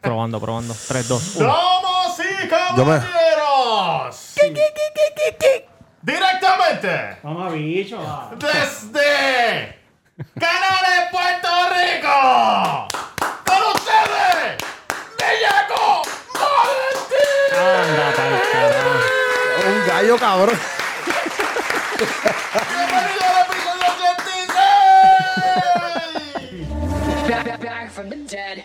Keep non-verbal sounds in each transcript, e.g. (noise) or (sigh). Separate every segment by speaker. Speaker 1: Probando, probando. 3, 2, 1.
Speaker 2: ¡Somos y
Speaker 3: Yo me-
Speaker 2: caballeros! Directamente
Speaker 1: Mamá bicho.
Speaker 2: desde Canales, Puerto Rico. Con ustedes, Bellaco Valentín.
Speaker 1: Anda pa'l carajo.
Speaker 3: Un gallo cabrón.
Speaker 2: Bienvenido al episodio 86.
Speaker 4: back, back, back from the dead.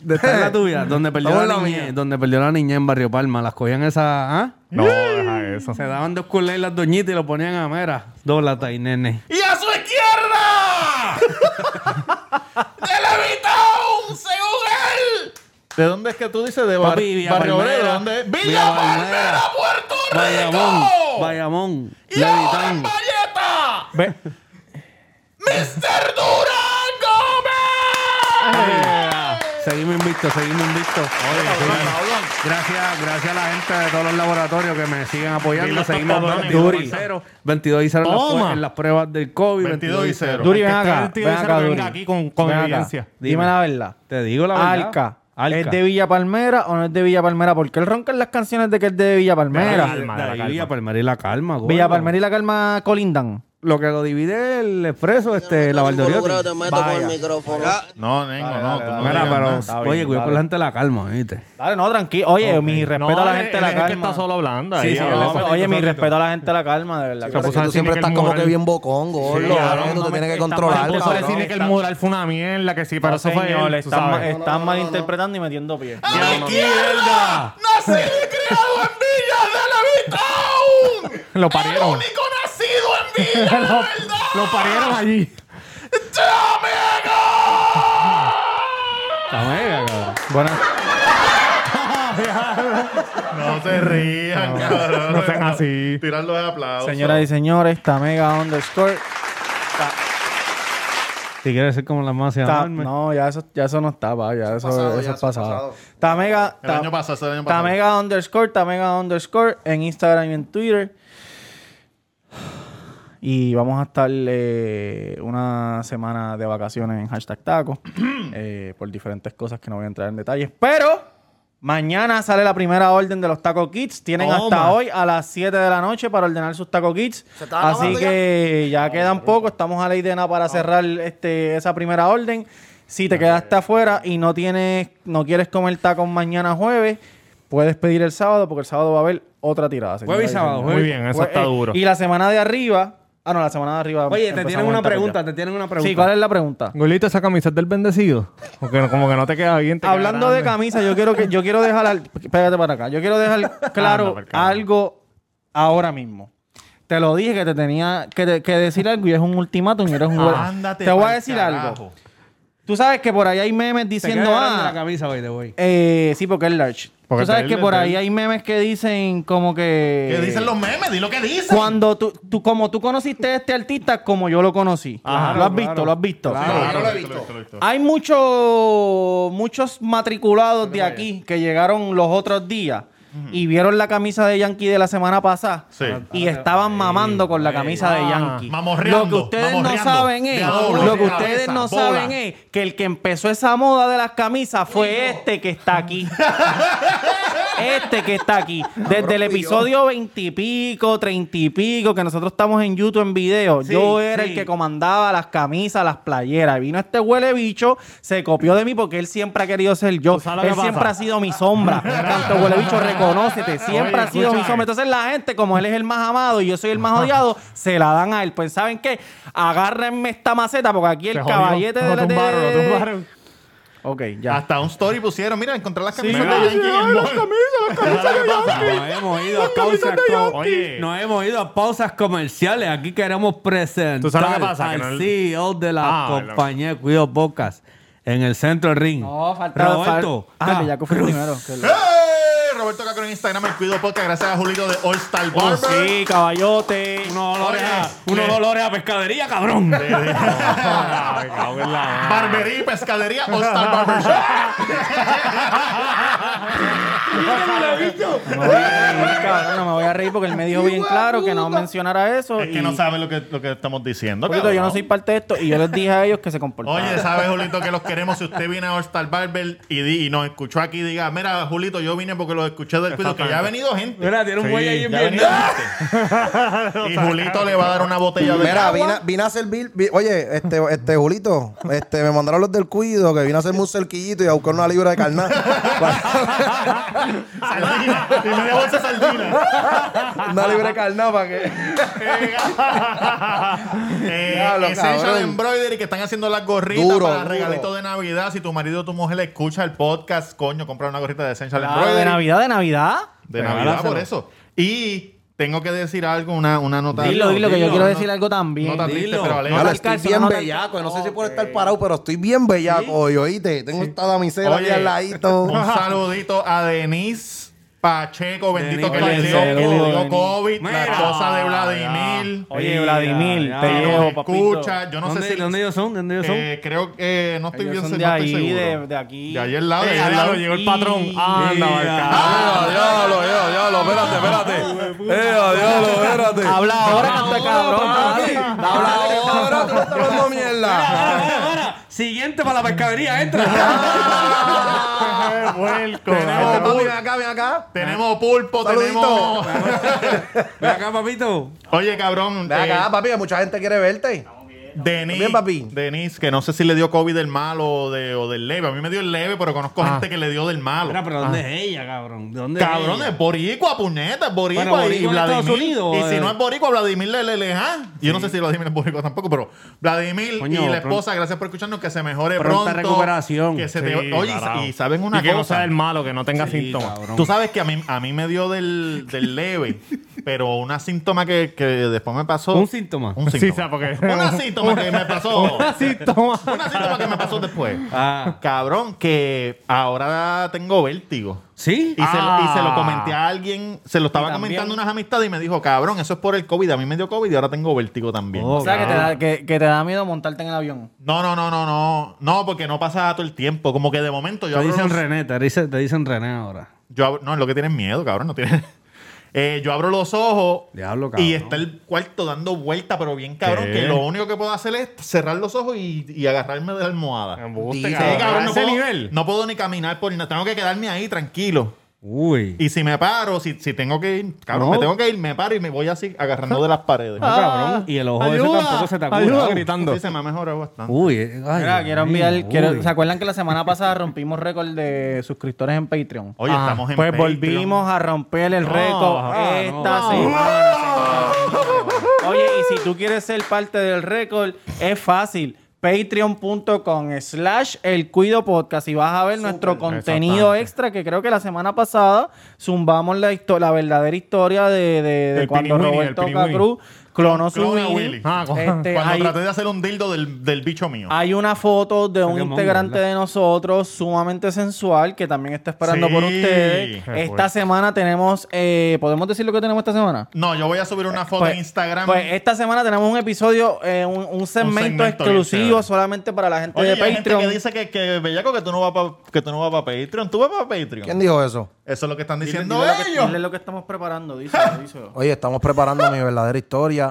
Speaker 5: ¿De esta es
Speaker 3: (laughs)
Speaker 5: la tuya? ¿Dónde
Speaker 3: Vamos
Speaker 5: perdió
Speaker 3: en
Speaker 5: la
Speaker 3: la
Speaker 5: niña?
Speaker 3: mía.
Speaker 5: ¿Dónde perdió la niña en Barrio Palma? Las cogían esas, ¿ah?
Speaker 1: No, deja eso.
Speaker 5: Se daban dos culés las doñitas y lo ponían a mera. Dólata y nene.
Speaker 2: ¡Y a su izquierda! ¡De la Vitón! ¡Según él! ¿De dónde es que tú dices? ¿De
Speaker 5: Papi, Villa Palmera.
Speaker 2: ¡Villa,
Speaker 5: Villa Palmera,
Speaker 2: Palmera, Puerto Rico!
Speaker 5: Bayamón, Bayamón,
Speaker 2: ¡Y ahora
Speaker 5: Levitán.
Speaker 2: en Valleta!
Speaker 1: Ve.
Speaker 2: ¡Mr. Durán Gómez!
Speaker 5: Seguimos invictos, seguimos invictos. Gracias, gracias a la gente de todos los laboratorios que me siguen apoyando.
Speaker 1: Dilo,
Speaker 5: seguimos
Speaker 1: cabrones.
Speaker 5: dando 22 y 0. 22 y 0 en las,
Speaker 1: Toma.
Speaker 5: pruebas- en las pruebas del COVID.
Speaker 2: 22 y 0.
Speaker 6: Duri,
Speaker 1: El
Speaker 6: ven
Speaker 1: que esté
Speaker 6: acá.
Speaker 1: el tío
Speaker 6: Ven
Speaker 1: ese
Speaker 6: acá,
Speaker 1: que venga
Speaker 6: Duri.
Speaker 1: aquí con- con
Speaker 6: Ven acá.
Speaker 1: evidencia.
Speaker 6: Dime la verdad.
Speaker 5: Te digo la verdad.
Speaker 6: Alca.
Speaker 5: Alca.
Speaker 6: ¿Es de Villa Palmera o no es de Villa Palmera? Porque él ronca en las canciones de que es de Villa Palmera.
Speaker 1: Dale, Calma,
Speaker 5: De
Speaker 1: la
Speaker 5: ahí
Speaker 1: calma.
Speaker 5: Villa Palmera y la calma, gordo.
Speaker 6: Villa Palmera y la Calma colindan.
Speaker 5: Lo que lo divide el expreso, este, la Valdoriotti.
Speaker 7: Involucrado, te meto con el micrófono.
Speaker 2: No, Nengo, no. tú no
Speaker 5: Mira,
Speaker 2: digas
Speaker 5: pero,
Speaker 2: nada.
Speaker 6: Está
Speaker 5: oye,
Speaker 6: bien,
Speaker 5: cuidado
Speaker 6: dale.
Speaker 5: con la gente de la calma, ¿viste?
Speaker 6: Dale, no, tranquilo. Oye, mi respeto
Speaker 1: No,
Speaker 6: a la
Speaker 1: él-
Speaker 6: gente de
Speaker 1: él
Speaker 6: la
Speaker 1: es el que
Speaker 6: calma.
Speaker 1: está solo hablando. ahí,
Speaker 5: sí,
Speaker 1: ahora.
Speaker 5: él es-
Speaker 6: No, pero oye, mi respeto a la gente de la calma, de
Speaker 1: Se
Speaker 6: verdad.
Speaker 1: puso
Speaker 3: Porque
Speaker 1: a
Speaker 3: tú
Speaker 1: decir
Speaker 3: siempre
Speaker 1: que el
Speaker 3: estás como
Speaker 1: mural-
Speaker 3: que bien bocón, gordo.
Speaker 1: cabrón,
Speaker 3: cabrón,
Speaker 1: no
Speaker 3: Tú
Speaker 1: me-
Speaker 3: tienes que
Speaker 1: está-
Speaker 3: controlar,
Speaker 1: Empezó a
Speaker 3: cabrón.
Speaker 1: decir que el mural fue una mierda, que sí, pero eso fue
Speaker 6: Señor,
Speaker 1: él, tú
Speaker 6: están
Speaker 1: sabes.
Speaker 6: están malinterpretando y metiendo pie.
Speaker 2: ¡A la izquierda! ¡Nacido y criado en Villa de la Vitón!
Speaker 1: (laughs) Lo parieron.
Speaker 2: ¡El único nacido en Villa, la verdad!
Speaker 1: (laughs) Lo parieron allí.
Speaker 5: Está mega, cabrón.
Speaker 8: (laughs)
Speaker 2: No se rían, cabrón.
Speaker 1: No sean así.
Speaker 2: Tirarlo de aplausos.
Speaker 6: Señoras y señores, Tamega underscore.
Speaker 5: Si quieres ser como la más
Speaker 6: Ta-
Speaker 5: amarme.
Speaker 6: no, ya eso, ya eso no estaba, ya eso,
Speaker 3: pasado,
Speaker 6: eso
Speaker 3: ya
Speaker 6: es
Speaker 3: eso es
Speaker 6: pasado.
Speaker 3: pasado.
Speaker 6: Tamega,
Speaker 2: El año pasado, ese año pasado.
Speaker 6: Tamega underscore, Tamega underscore en Instagram y en Twitter. Y vamos a estar eh, una semana de vacaciones en hashtag taco eh, por diferentes cosas que no voy a entrar en detalles. Pero mañana sale la primera orden de los Taco Kits. Tienen hasta
Speaker 1: Toma.
Speaker 6: hoy a las 7 de la noche para ordenar sus Taco Kits.
Speaker 3: está
Speaker 6: Así
Speaker 3: acabando ya.
Speaker 6: que eh, ya quedan poco, estamos a la idea
Speaker 5: Ah.
Speaker 6: para cerrar este, esa primera orden. Si te quedaste afuera y no tienes, no quieres comer tacos mañana jueves, puedes pedir el sábado, porque el sábado va a haber otra tirada. señoras
Speaker 5: Jueves y sábado,
Speaker 6: señores.
Speaker 1: Muy bien, pues, eso
Speaker 6: Jue-
Speaker 1: está
Speaker 6: eh,
Speaker 1: duro.
Speaker 6: Y la semana de arriba, ah no, la semana de arriba.
Speaker 5: Oye, te
Speaker 6: empezamos
Speaker 5: tienen una
Speaker 6: el taco
Speaker 5: pregunta,
Speaker 6: ya.
Speaker 5: te tienen una pregunta.
Speaker 6: Sí, ¿cuál es la pregunta?
Speaker 1: Golito, esa camisa es del bendecido. Porque no- como que no te queda bien. te queda
Speaker 6: Hablando de
Speaker 1: grande.
Speaker 6: camisa, yo quiero que yo quiero dejar al- pégate para acá. Yo quiero dejar
Speaker 1: Anda,
Speaker 6: claro
Speaker 1: por carajo.
Speaker 6: algo ahora mismo. Te lo dije que te tenía que, te- que decir algo y es un ultimátum y eres un huele-
Speaker 2: Ándate
Speaker 6: Te voy a
Speaker 2: pa'l
Speaker 6: decir
Speaker 2: carajo.
Speaker 6: algo. Tú sabes que por ahí hay memes
Speaker 5: Te queda
Speaker 6: diciendo,
Speaker 5: grande la
Speaker 6: ah,
Speaker 5: camisa, by the way.
Speaker 6: eh, sí, porque es large.
Speaker 1: Porque
Speaker 6: tú sabes
Speaker 1: es
Speaker 6: que
Speaker 1: large,
Speaker 6: por
Speaker 1: es
Speaker 6: ahí
Speaker 1: large.
Speaker 6: hay memes que dicen como que...
Speaker 8: ¿Qué dicen los (laughs) memes? Di lo que dicen.
Speaker 6: Cuando tú, tú, como tú conociste a este artista, como yo lo conocí.
Speaker 1: Claro,
Speaker 6: lo has
Speaker 1: claro.
Speaker 6: visto, lo has visto.
Speaker 8: Sí,
Speaker 3: Ah,
Speaker 8: claro,
Speaker 3: no lo he
Speaker 8: lo he visto,
Speaker 3: visto.
Speaker 8: lo he visto.
Speaker 6: Hay muchos muchos matriculados de aquí que llegaron los otros días y vieron la camisa de Yankee de la semana pasada
Speaker 8: Sí. ah,
Speaker 6: y estaban mamando con la camisa de Yankee.
Speaker 8: Mamorreando,
Speaker 6: Lo que ustedes no
Speaker 8: mamorreando.
Speaker 6: saben es,
Speaker 8: De adorno,
Speaker 6: lo que
Speaker 8: de
Speaker 6: ustedes
Speaker 8: cabeza,
Speaker 6: no
Speaker 8: bola.
Speaker 6: saben es que el que empezó esa moda de las camisas fue este que
Speaker 8: (laughs)
Speaker 6: está aquí. Este que está aquí. Desde el episodio 20 y pico, 30 y pico, que nosotros estamos en YouTube en video. yo era el que comandaba las camisas, las playeras. Vino este huele bicho, se copió de mí porque él siempre ha querido ser yo. Él
Speaker 1: sabes lo que
Speaker 6: siempre
Speaker 1: pasa?
Speaker 6: ha sido
Speaker 1: (laughs)
Speaker 6: mi sombra. Tanto huele bicho, reconócete. Siempre
Speaker 1: Oye,
Speaker 6: ha sido mi
Speaker 1: escúchame.
Speaker 6: sombra. Entonces la gente, como él es el más amado y yo soy el más odiado, se la dan a él. Pues ¿saben qué? Agárrenme esta maceta porque aquí el
Speaker 1: Te jodió.
Speaker 6: caballete de
Speaker 1: Lo
Speaker 6: la... de-
Speaker 1: tumbaron, lo tumbaron. Ah,
Speaker 6: Ok, ya.
Speaker 8: Hasta un story pusieron, mira, encontré las camisas
Speaker 1: mira,
Speaker 8: de Yankee en el mall. Ah,
Speaker 5: Nos (laughs) hemos ido a pausas com-
Speaker 1: Oye.
Speaker 5: Nos hemos ido a pausas comerciales. Aquí queremos presentar
Speaker 1: ¿Tú sabes lo que pasa? Que
Speaker 5: al
Speaker 1: no el-
Speaker 5: CEO de la
Speaker 1: Ah, verdad.
Speaker 5: compañía de Cuido Bocas en el centro del ring.
Speaker 6: No, faltaba...
Speaker 5: Roberto.
Speaker 6: fal- Ah,
Speaker 5: ta,
Speaker 6: Bellaco fue el
Speaker 5: Cruz.
Speaker 6: primero. Que lo-
Speaker 8: ¡Eh! Roberto Cacro en Instagram, el cuido podcast, gracias a Julito de All Star
Speaker 6: Oh,
Speaker 8: Barber.
Speaker 6: sí, caballote.
Speaker 5: Unos olores, a,
Speaker 8: Oye,
Speaker 5: unos
Speaker 8: le-
Speaker 5: olores a pescadería,
Speaker 1: (laughs)
Speaker 5: cabrón.
Speaker 8: Barbería y pescadería All
Speaker 6: (laughs)
Speaker 8: Star Barber Shop.
Speaker 6: No me voy a reír, cabrón, no me voy a reír porque él me dijo bien claro que no mencionara eso.
Speaker 8: Es
Speaker 6: y-
Speaker 8: que no saben lo que, lo que estamos diciendo.
Speaker 6: Porque yo no
Speaker 8: cabrón.
Speaker 6: soy parte de esto y yo les dije a ellos que se comportaran.
Speaker 8: Oye, sabe Julito que los queremos. Si usted viene a All Star Barber y, di- y nos escuchó aquí, diga, mira, Julito, yo vine porque los escuché del cuido, que ya ha venido gente.
Speaker 5: Mira, tiene un güey ahí en
Speaker 8: Ya ha venido
Speaker 5: Vietnam.
Speaker 8: gente. (laughs) y Julito le va a dar una botella de
Speaker 3: Mira,
Speaker 8: agua.
Speaker 3: vine, a- vine a servir. vi- oye, este, este Julito, este, me mandaron los del cuido que vine a hacerme un cerquillito y a buscar una libra de (laughs) carnal.
Speaker 8: Sardina. Y media bolsa de sardina.
Speaker 3: una libra de carnal para que. (laughs)
Speaker 8: Eh,
Speaker 3: Diablo,
Speaker 8: Essential
Speaker 3: cabrón.
Speaker 8: Embroidery que están haciendo las gorritas
Speaker 3: Duro,
Speaker 8: para
Speaker 3: duro.
Speaker 8: regalitos de Navidad. Si tu marido o tu mujer le escucha el podcast, coño, compra una gorrita de Essential
Speaker 6: Claro,
Speaker 8: Embroidery.
Speaker 6: de Navidad, de Navidad.
Speaker 8: De Navidad, por eso. Y tengo que decir algo, una, una nota.
Speaker 6: Dilo, dilo, que yo
Speaker 5: dilo,
Speaker 6: quiero
Speaker 5: no-
Speaker 6: decir algo también.
Speaker 8: No tan triste,
Speaker 5: Dilo.
Speaker 8: pero alegre.
Speaker 3: Ahora
Speaker 6: te
Speaker 3: estoy
Speaker 6: alcanzo,
Speaker 3: bien
Speaker 6: no te-
Speaker 3: bellaco. No sé si por estar parado, pero estoy bien bellaco hoy, oíste. Tengo esta damisela aquí
Speaker 8: Oye,
Speaker 3: al (laughs) ladito.
Speaker 8: (laughs) un saludito a Denise Pacheco, bendito que le
Speaker 5: Denise
Speaker 8: dio, que
Speaker 5: Pacheco,
Speaker 8: le dio
Speaker 6: Denise.
Speaker 8: COVID, la
Speaker 5: Mira.
Speaker 8: esposa de Vladimir.
Speaker 6: Oye,
Speaker 5: Mira,
Speaker 6: Vladimir,
Speaker 5: ya.
Speaker 6: te
Speaker 8: que
Speaker 6: llevo,
Speaker 8: nos
Speaker 6: papito.
Speaker 8: escucha. Yo no
Speaker 5: Ah,
Speaker 8: sé
Speaker 5: ¿Dónde,
Speaker 8: si.
Speaker 5: ¿Dónde ellos son? ¿Dónde ellos son?
Speaker 8: eh, creo que no estoy
Speaker 6: Ellos
Speaker 8: bien
Speaker 6: son
Speaker 8: seguro.
Speaker 6: de
Speaker 8: no estoy
Speaker 6: ahí,
Speaker 8: seguro.
Speaker 6: de- de aquí.
Speaker 8: De ahí al lado.
Speaker 1: Eh,
Speaker 8: de ahí al
Speaker 1: diablo,
Speaker 8: lado.
Speaker 1: llegó el patrón.
Speaker 6: Y-
Speaker 1: Anda,
Speaker 5: Mira.
Speaker 1: mal
Speaker 8: Ah,
Speaker 3: Diablo, diablo, diablo, diablo, espérate, espérate. Eh, diablo, espérate.
Speaker 6: Habla ahora, canto de cabrón.
Speaker 5: Ah, papi.
Speaker 6: dale.
Speaker 3: Habla ahora, tú no estás hablando mierda.
Speaker 5: Ahora, ahora. Siguiente para la pescadería, entra.
Speaker 6: (laughs)
Speaker 1: Vuelco.
Speaker 8: Tenemos,
Speaker 3: Este Papi,
Speaker 8: pul-
Speaker 3: ven acá, ven acá.
Speaker 8: tenemos pulpo,
Speaker 3: Saludito.
Speaker 8: tenemos.
Speaker 5: Ven acá, papito.
Speaker 8: Oye, cabrón.
Speaker 3: Ven
Speaker 8: eh,
Speaker 3: acá, papi, que mucha gente quiere verte.
Speaker 8: Denis,
Speaker 3: Bien, papi.
Speaker 8: Denis, que no sé si le dio COVID del malo o, de, o del leve. A mí me dio el leve, pero conozco
Speaker 6: Ah.
Speaker 8: gente que le dio del malo.
Speaker 5: Mira, pero ¿dónde es ella, cabrón? ¿De ¿Dónde
Speaker 8: Cabrón,
Speaker 5: es
Speaker 8: es
Speaker 5: ella?
Speaker 8: boricua, puñeta, es boricua.
Speaker 5: Bueno,
Speaker 8: y
Speaker 5: boricua en
Speaker 8: Vladimir.
Speaker 5: Estados Unidos,
Speaker 8: y si
Speaker 5: eh.
Speaker 8: no es boricua, Vladimir le, le, le- ah. Yo no sé si Vladimir es boricua tampoco, pero Vladimir
Speaker 5: Coño,
Speaker 8: y la
Speaker 5: pronto-
Speaker 8: esposa, gracias por escucharnos, que se mejore
Speaker 5: Pronta
Speaker 8: pronto.
Speaker 5: recuperación.
Speaker 8: Que se
Speaker 1: Sí,
Speaker 8: te- Oye, y sa-
Speaker 1: carajo.
Speaker 8: y saben una
Speaker 1: y que no
Speaker 8: cosa.
Speaker 1: sea el malo, que no tenga síntomas. (laughs)
Speaker 5: cabrón.
Speaker 8: Tú sabes que a mí, a mí me dio del, del
Speaker 5: (laughs)
Speaker 8: leve, pero una síntoma que, que después me pasó.
Speaker 5: Un síntoma.
Speaker 8: Un
Speaker 1: Sí, o sea,
Speaker 8: síntoma.
Speaker 1: porque-
Speaker 8: Una síntoma que me
Speaker 5: (laughs)
Speaker 8: pasó.
Speaker 1: Síntomas. (laughs)
Speaker 8: Una síntoma que me pasó después.
Speaker 5: Ah.
Speaker 8: Cabrón, que ahora tengo vértigo.
Speaker 5: ¿Sí?
Speaker 8: Y, se lo, y se lo
Speaker 1: Ah.
Speaker 8: comenté a alguien, se lo estaba
Speaker 6: Y también-
Speaker 8: comentando unas amistades y me dijo, cabrón, eso es por el COVID. A mí me dio COVID y ahora tengo vértigo también.
Speaker 5: Oh.
Speaker 6: O sea, que te, da, que, que te da miedo montarte en el avión.
Speaker 8: No, no, no, no, no. No, porque no pasa todo el tiempo. Como que de momento yo
Speaker 5: Te
Speaker 8: abro
Speaker 5: dicen
Speaker 8: los-
Speaker 5: René, te dicen, te dicen René ahora.
Speaker 8: yo abro- No, es lo que tienes miedo, cabrón. No tienes... (laughs) Eh, yo abro los ojos
Speaker 5: Diablo, cabrón.
Speaker 8: y está el cuarto dando vuelta, pero bien cabrón,
Speaker 1: ¿Qué?
Speaker 8: que lo único que puedo hacer es cerrar los ojos y, y agarrarme de la almohada.
Speaker 1: Embuste,
Speaker 3: Sí,
Speaker 8: Sí,
Speaker 1: Ah, cabrón.
Speaker 8: cabrón,
Speaker 1: ¿A
Speaker 8: no,
Speaker 1: ese
Speaker 8: puedo,
Speaker 1: nivel.
Speaker 8: no puedo ni caminar por nada. Tengo que quedarme ahí tranquilo.
Speaker 5: Uy.
Speaker 8: Y si me paro, si, si tengo que ir, cabrón,
Speaker 5: No.
Speaker 8: me tengo que ir, me paro y me voy así agarrando de las paredes.
Speaker 5: No, cabrón. Y el ojo ese tampoco se te ha curado.
Speaker 8: Ah, Sí, Uh, se me ha mejorado bastante.
Speaker 5: Uy, eh, ay,
Speaker 6: Mira,
Speaker 5: Dios
Speaker 6: quiero
Speaker 5: mío,
Speaker 6: enviar. quiero-
Speaker 5: uy.
Speaker 6: ¿Se acuerdan que la semana pasada rompimos récord de suscriptores en Patreon?
Speaker 8: Oye,
Speaker 1: Ah,
Speaker 8: estamos en
Speaker 6: Pues
Speaker 8: Patreon.
Speaker 6: volvimos a romper el
Speaker 8: No,
Speaker 6: récord
Speaker 5: ah,
Speaker 6: esta
Speaker 5: no.
Speaker 6: semana. señores.
Speaker 5: (laughs)
Speaker 6: Oye, y si tú quieres ser parte del récord, es fácil. Patreon.com slash el cuido podcast y vas a ver nuestro contenido
Speaker 1: Exactamente.
Speaker 6: extra que creo que la semana pasada zumbamos la, histo- la verdadera historia de, de- de
Speaker 1: Del
Speaker 6: cuando
Speaker 1: Pingüini,
Speaker 6: Roberto
Speaker 1: del Pingüini.
Speaker 6: Cacruz clonó su
Speaker 8: Clona
Speaker 6: Willy.
Speaker 8: Willy.
Speaker 1: Ah, cu-
Speaker 6: Este, Ah,
Speaker 8: Cuando
Speaker 6: hay,
Speaker 8: traté de hacer un dildo del, del bicho mío.
Speaker 6: hay una foto de un
Speaker 5: Pokémon,
Speaker 6: integrante
Speaker 5: ¿verdad?
Speaker 6: de nosotros sumamente sensual que también está esperando
Speaker 8: Sí.
Speaker 6: por ustedes.
Speaker 1: Qué
Speaker 6: Esta
Speaker 1: fuerte.
Speaker 6: semana tenemos, eh, ¿podemos decir lo que tenemos esta semana?
Speaker 8: No, yo voy a subir una foto en Instagram.
Speaker 6: Pues esta semana tenemos un episodio, eh, un, un segmento,
Speaker 8: segmento bien
Speaker 6: exclusivo
Speaker 8: chévere.
Speaker 6: solamente para la gente
Speaker 8: Oye,
Speaker 6: de
Speaker 8: y hay gente
Speaker 6: Patreon.
Speaker 8: que dice que, que bellaco que tú no vas para que tú no vas para Patreon, tú vas para Patreon.
Speaker 3: ¿Quién dijo eso?
Speaker 8: Eso es lo que están
Speaker 6: Dile-
Speaker 8: diciendo
Speaker 6: dile lo que-
Speaker 8: ellos.
Speaker 6: dile lo que estamos preparando, dice,
Speaker 8: (laughs)
Speaker 6: dice.
Speaker 3: Oye, estamos preparando mi verdadera historia.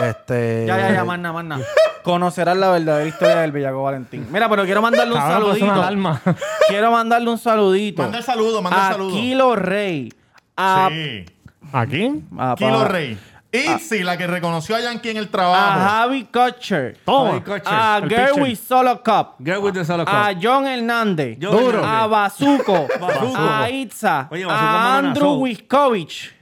Speaker 3: Este.
Speaker 6: Ya, ya, ya, más nada, más nada. Conocerás la verdadera historia del Bellaco Valentín. Mira, pero quiero mandarle un
Speaker 1: Cabrón, pero es una
Speaker 6: saludito.
Speaker 1: alarma.
Speaker 6: Quiero mandarle un saludito.
Speaker 8: Manda el saludo, manda el
Speaker 6: a
Speaker 8: saludo.
Speaker 6: Kilo Rey. A,
Speaker 8: Sí.
Speaker 1: ¿Aquí?
Speaker 6: a-
Speaker 8: Kilo
Speaker 6: pa-
Speaker 8: Rey.
Speaker 6: Ah.
Speaker 8: Itzy, la que reconoció a Yankee en el
Speaker 6: A
Speaker 8: trabajo.
Speaker 6: Javi Kutcher.
Speaker 1: Toma.
Speaker 5: Ay, coche,
Speaker 6: A
Speaker 1: el pitcher.
Speaker 6: Gerwin Solo Cup.
Speaker 5: Girl with the solo cup.
Speaker 6: A John Hernández.
Speaker 5: John Duro. Hernández. (laughs)
Speaker 6: A Bazuco.
Speaker 5: Bazuco.
Speaker 6: a Itza.
Speaker 5: Oye, Bazuco
Speaker 6: a
Speaker 5: me
Speaker 6: Andrew
Speaker 5: amenazó.
Speaker 6: Wiskovich.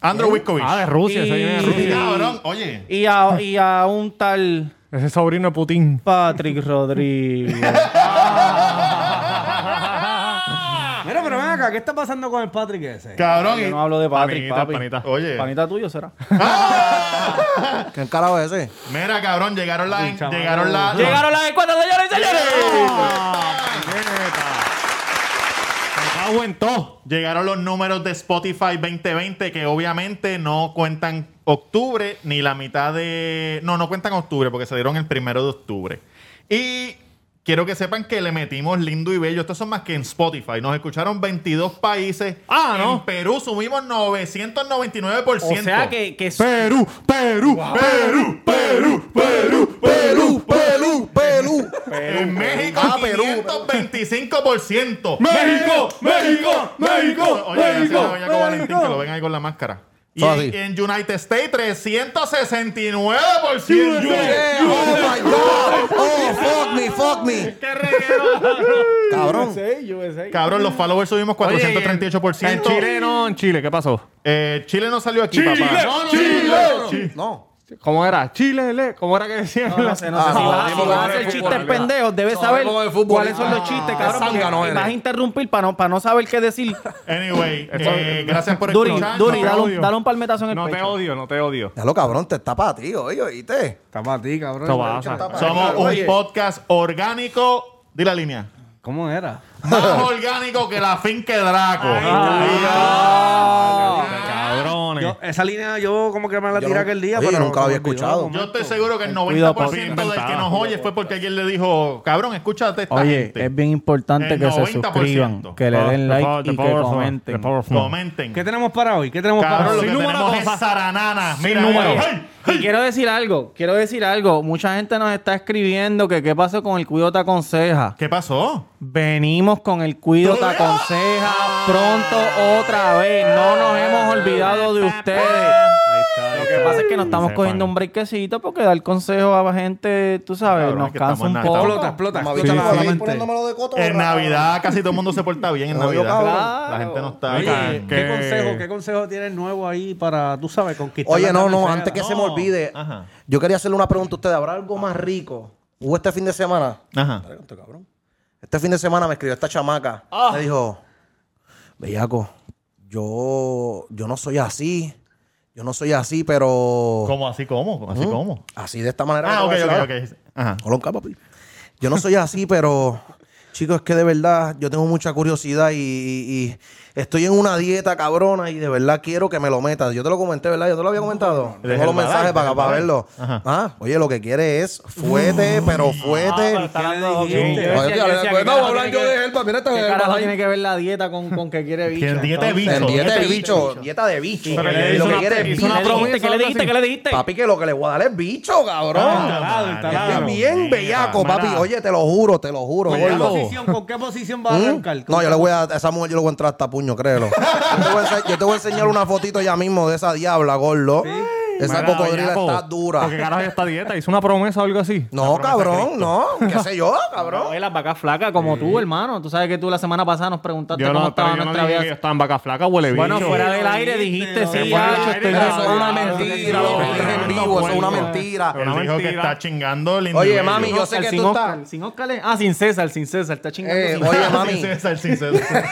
Speaker 8: Andrew Wiskovich.
Speaker 1: Ah, de Rusia, eso viene de
Speaker 6: Y-
Speaker 1: Rusia.
Speaker 8: Cabrón, oye.
Speaker 6: Y a, y a un tal
Speaker 1: Ese sobrino de (laughs) Putin.
Speaker 6: Patrick Rodríguez.
Speaker 5: Mira, pero ven acá, ¿qué está pasando con el Patrick ese?
Speaker 8: Cabrón.
Speaker 6: Yo
Speaker 8: y-
Speaker 6: no hablo de Patrick,
Speaker 1: Panita,
Speaker 6: papi.
Speaker 1: panita.
Speaker 8: Oye. ¡Ah!
Speaker 6: Panita tuyo será.
Speaker 3: ¿Qué carajo es ese?
Speaker 8: (laughs) Mira, cabrón, llegaron las.
Speaker 5: Uy, chaval.
Speaker 8: Llegaron las.
Speaker 6: Llegaron las encuestas, señores y señores.
Speaker 1: Cago en todo.
Speaker 8: Llegaron los números de Spotify 2020 que obviamente no cuentan octubre ni la mitad de... No, no cuentan octubre porque se dieron el primero de octubre. Y quiero que sepan que le metimos lindo y bello. Estos son más que en Spotify. Nos escucharon 22 países.
Speaker 1: Ah, ¿no?
Speaker 8: En Perú subimos 999%.
Speaker 6: O sea que, que
Speaker 1: Perú, Perú, Perú, Perú, Perú.
Speaker 3: Perú, Perú, Perú.
Speaker 8: en México
Speaker 3: Ah, Perú, Perú.
Speaker 8: 525%.
Speaker 1: México, México, México,
Speaker 8: Oye, gracias a
Speaker 1: México.
Speaker 8: Bellaco Valentín que lo ven ahí con la máscara. Y
Speaker 3: Todo así.
Speaker 8: en United States, 369%.
Speaker 3: Yeah, oh my God. Oh, fuck me, fuck me.
Speaker 8: ¡Qué reguero!
Speaker 3: Cabrón.
Speaker 6: USA, USA.
Speaker 8: Cabrón, los followers subimos 438%.
Speaker 1: En Chile no, en Chile, ¿qué pasó?
Speaker 8: Eh, Chile no salió aquí, papá.
Speaker 1: No, no, Chile.
Speaker 3: No.
Speaker 1: ¿Cómo era? Chile, le. ¿Cómo era que decían?
Speaker 6: No, no sé, no
Speaker 3: Ah,
Speaker 6: sé. Si
Speaker 3: no,
Speaker 6: vas,
Speaker 3: vimos
Speaker 6: si vas a
Speaker 3: cómo era
Speaker 6: hacer
Speaker 3: el fútbol,
Speaker 6: chistes
Speaker 3: ¿verdad?
Speaker 6: pendejos, debes
Speaker 3: No,
Speaker 6: saber
Speaker 3: vimos el fútbol.
Speaker 6: cuáles son
Speaker 3: Ah,
Speaker 6: los chistes, cabrón.
Speaker 3: qué
Speaker 6: porque
Speaker 3: zángano eres.
Speaker 6: vas a interrumpir para no, para no saber qué decir.
Speaker 8: Anyway, eh, gracias por
Speaker 6: Duri,
Speaker 8: escucharnos.
Speaker 6: Duri, dale
Speaker 1: odio.
Speaker 6: un, dale un palmetazo en el
Speaker 1: Ah, No te
Speaker 6: pecho.
Speaker 1: odio, no te odio.
Speaker 3: Ya lo cabrón, te está para ti, oye, oíste.
Speaker 5: Está para ti, cabrón.
Speaker 1: Esto pasa.
Speaker 5: Está pa' ti.
Speaker 8: Somos un
Speaker 5: Oye,
Speaker 8: podcast orgánico. Di la línea.
Speaker 5: ¿Cómo era?
Speaker 8: Más orgánico que la finca de Draco.
Speaker 1: Ah, Cabrones.
Speaker 5: Yo- esa línea yo como que me la
Speaker 3: Yo
Speaker 5: tiré
Speaker 3: no-
Speaker 5: aquel día,
Speaker 3: sí,
Speaker 5: pero
Speaker 3: yo nunca la había
Speaker 5: se me olvidó,
Speaker 3: escuchado.
Speaker 5: como-
Speaker 8: Yo estoy seguro que el
Speaker 6: Cuidado,
Speaker 8: 90% del que nos oye fue porque alguien le dijo, cabrón, escúchate esta
Speaker 6: Oye,
Speaker 8: gente.
Speaker 6: es bien importante
Speaker 8: El
Speaker 6: que se
Speaker 8: 90%.
Speaker 6: suscriban, que le den like y que comenten.
Speaker 8: Comenten.
Speaker 5: ¿Qué tenemos para hoy? ¿Qué tenemos para
Speaker 8: Cabrón, lo
Speaker 5: hoy?
Speaker 8: que
Speaker 1: Sin número
Speaker 8: tenemos
Speaker 1: cosa.
Speaker 8: es zaranana. Mira,
Speaker 1: número.
Speaker 8: mira.
Speaker 1: Hey.
Speaker 6: Y quiero decir algo, quiero decir algo. Mucha gente nos está escribiendo que qué pasó con el cuido te aconseja.
Speaker 8: ¿Qué pasó?
Speaker 6: Venimos con el cuido te aconseja pronto otra vez. No nos hemos olvidado de ustedes. Lo que pasa es que nos estamos cogiendo un brequecito porque dar consejo a la gente, tú sabes,
Speaker 8: Cabrón,
Speaker 6: nos
Speaker 8: es que
Speaker 6: cansa
Speaker 8: estamos
Speaker 6: un
Speaker 8: na-
Speaker 6: poco.
Speaker 8: estamos
Speaker 5: Explota, explota.
Speaker 3: Me
Speaker 5: explota
Speaker 3: avisaron
Speaker 5: la
Speaker 3: a mí
Speaker 5: mente.
Speaker 3: ponándomelo de coto.
Speaker 8: En
Speaker 3: ¿verdad?
Speaker 8: Navidad casi todo el mundo se porta bien en
Speaker 3: Oye,
Speaker 8: Navidad.
Speaker 6: cabrón.
Speaker 8: La gente no está
Speaker 5: Oye,
Speaker 8: Oye,
Speaker 5: ¿qué,
Speaker 1: que-
Speaker 5: consejo, ¿qué consejo tienes nuevo ahí para, tú sabes, conquistar
Speaker 3: Oye,
Speaker 5: la
Speaker 3: no, no,
Speaker 5: carnicera?
Speaker 3: antes que se me
Speaker 8: No.
Speaker 3: olvide,
Speaker 8: Ajá.
Speaker 3: yo quería hacerle una pregunta a ustedes. ¿Habrá algo más rico? ¿Hubo este fin de semana?
Speaker 8: Ajá.
Speaker 3: Este cabrón. Este fin de semana me escribió esta chamaca.
Speaker 8: Ah.
Speaker 3: Me dijo, Bellaco, yo, yo no soy así. Yo no soy así, pero
Speaker 8: ¿Cómo así cómo? ¿Así cómo?
Speaker 3: así de esta manera.
Speaker 8: Ah, ok,
Speaker 3: que te voy a
Speaker 8: ok,
Speaker 3: decir ahora.
Speaker 8: ok. Ajá.
Speaker 3: Colonca, papi. Yo no soy así, pero chicos, es que de verdad yo tengo mucha curiosidad y, y- y estoy en una dieta cabrona y de verdad quiero que me lo metas. Yo te lo comenté, ¿verdad? Yo te lo había comentado.
Speaker 8: Desde
Speaker 3: Tengo
Speaker 8: el
Speaker 3: los mensajes
Speaker 8: Badal,
Speaker 3: para,
Speaker 8: desde
Speaker 3: para
Speaker 8: el
Speaker 3: verlo.
Speaker 8: Ajá. Ah,
Speaker 3: Ah, oye, lo que quiere es fuete, pero fuete. Oye,
Speaker 6: Yo decía,
Speaker 3: pues,
Speaker 6: ¿qué
Speaker 3: no,
Speaker 6: carajo
Speaker 3: hablan
Speaker 6: tiene
Speaker 3: yo
Speaker 6: que-
Speaker 3: de él, papi, mira, esta-
Speaker 6: ¿Qué carajo
Speaker 3: Badal.
Speaker 6: tiene que ver la dieta con, con que quiere bicho?
Speaker 8: Tiene dieta de bicho.
Speaker 3: En dieta de
Speaker 8: Dieta de
Speaker 3: bicho, dieta de bicho.
Speaker 1: Pero
Speaker 3: Y
Speaker 1: le hizo
Speaker 3: Lo que
Speaker 1: una-
Speaker 3: quiere es
Speaker 1: hizo una
Speaker 6: ¿Qué le
Speaker 3: bicho.
Speaker 1: promo.
Speaker 6: dijiste? ¿Qué le dijiste? ¿Qué le dijiste?
Speaker 3: Papi, que lo que le voy a dar es bicho, cabrón.
Speaker 5: Instalado,
Speaker 3: Es
Speaker 5: instalado.
Speaker 3: bien bellaco,
Speaker 1: mira.
Speaker 3: papi. Oye, te lo juro, te lo juro,
Speaker 5: ¿Con qué
Speaker 3: gordo.
Speaker 5: posición- ¿Con qué posición vas a
Speaker 3: ¿Mm?
Speaker 5: arrancar?
Speaker 3: No, yo le voy a. a Esa mujer yo le voy a entrar hasta puño, créelo. yo, te voy a ense- yo te voy a enseñar una fotito ya mismo de esa diabla, gordo. Esa cocodrila está dura.
Speaker 1: Porque carajo ya está dieta. Hizo una promesa o algo así.
Speaker 3: No, cabrón, no. ¿Qué sé yo, cabrón?
Speaker 6: Oye, las vacas flacas como tú, hermano. Tú sabes que tú la semana pasada nos preguntaste
Speaker 1: Yo
Speaker 6: cómo
Speaker 1: no,
Speaker 6: estaba
Speaker 1: pero yo no
Speaker 6: nuestra
Speaker 1: dije
Speaker 6: vida.
Speaker 1: que estaba en vaca flaca, huele bicho.
Speaker 6: Bueno, fuera del aire dijiste,
Speaker 5: Se
Speaker 6: sí,
Speaker 1: fue al
Speaker 6: hacho,
Speaker 1: aire,
Speaker 6: estoy
Speaker 1: pero
Speaker 3: Eso es
Speaker 6: bien.
Speaker 3: una
Speaker 1: Ah,
Speaker 3: mentira, lo
Speaker 1: mentira,
Speaker 3: dije en
Speaker 1: no,
Speaker 3: vivo, eso es una
Speaker 1: bueno.
Speaker 3: mentira.
Speaker 8: Él dijo que
Speaker 1: mentira.
Speaker 8: está chingando lindo.
Speaker 3: Oye,
Speaker 8: y bello. (laughs)
Speaker 3: mami, yo sé
Speaker 6: Oscar,
Speaker 3: que
Speaker 6: sin
Speaker 3: tú
Speaker 6: Oscar,
Speaker 3: estás.
Speaker 6: Sin Oscar, le- ah, sin César, sin César, está chingando.
Speaker 3: Eh,
Speaker 6: sin-
Speaker 3: oye,
Speaker 8: Sin
Speaker 3: mami.
Speaker 8: César, sin César.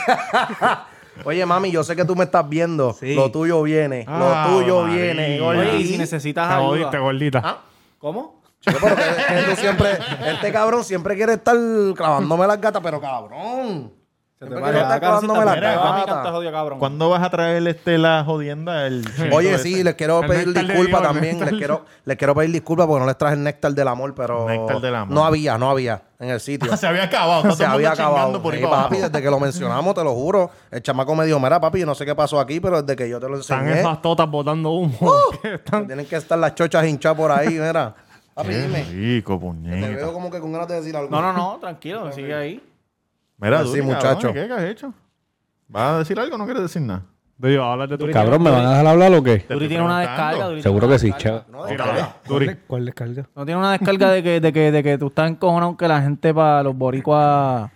Speaker 3: Oye, mami, yo sé que tú me estás viendo.
Speaker 5: Sí.
Speaker 3: Lo tuyo viene.
Speaker 8: Ah,
Speaker 3: lo tuyo
Speaker 8: María.
Speaker 3: viene, gordi.
Speaker 6: Oye, y si necesitas
Speaker 1: Te
Speaker 6: ayuda.
Speaker 1: jodiste, gordita.
Speaker 6: ¿Cómo?
Speaker 3: Chico, pero que, que tú siempre, este cabrón siempre quiere estar clavándome las gatas, pero cabrón. Siempre quiere estar clavándome las
Speaker 8: mira,
Speaker 6: Mami,
Speaker 3: gatas.
Speaker 6: canta jodido, cabrón.
Speaker 8: ¿Cuándo vas a traer este, la jodienda? El
Speaker 3: Oye, sí, les quiero
Speaker 5: El
Speaker 3: pedir
Speaker 5: néctar de
Speaker 3: disculpas
Speaker 5: Dios, el
Speaker 3: también.
Speaker 5: néctar
Speaker 3: Les quiero, ¿Eh? les quiero pedir disculpas porque no les traje el néctar del amor, pero.
Speaker 8: Néctar del amor.
Speaker 3: No había, no había en el
Speaker 8: (laughs)
Speaker 3: sitio.
Speaker 8: Se había acabado. está (laughs)
Speaker 3: se
Speaker 8: todo el
Speaker 3: había
Speaker 8: mundo chingando
Speaker 3: acabado.
Speaker 8: por ahí
Speaker 3: Sí,
Speaker 8: para abajo.
Speaker 3: papi, desde que lo mencionamos, te lo juro. El chamaco me dijo, mira, papi, yo no sé qué pasó aquí, pero desde que yo te lo
Speaker 1: Están
Speaker 3: enseñé,
Speaker 1: esas totas botando humo. Que están-
Speaker 3: tienen que estar las chochas hinchadas por ahí, mira. Papi,
Speaker 8: Qué
Speaker 3: dime.
Speaker 8: rico,
Speaker 3: Te
Speaker 8: puñeta.
Speaker 3: veo como que con ganas de decir algo.
Speaker 6: No, no, no, tranquilo, sigue ahí.
Speaker 8: Mira,
Speaker 3: Sí,
Speaker 8: Duri,
Speaker 3: muchacho.
Speaker 8: cabrón, ¿Qué qué has hecho? ¿Vas a decir algo o no quieres decir nada?
Speaker 1: Digo, hablas de tu
Speaker 9: Cabrón, ¿me van a dejar hablar o qué?
Speaker 8: Te
Speaker 6: Duri
Speaker 8: estoy
Speaker 6: tiene una
Speaker 8: preguntando.
Speaker 6: descarga. Duri tiene
Speaker 9: Seguro
Speaker 6: una
Speaker 9: que sí,
Speaker 6: descarga.
Speaker 9: chaval.
Speaker 3: No, dale.
Speaker 1: Duri.
Speaker 9: ¿Cuál descarga?
Speaker 6: (laughs) No tiene una descarga de que, de que, de que tú estás encojonado que la gente para los boricuas,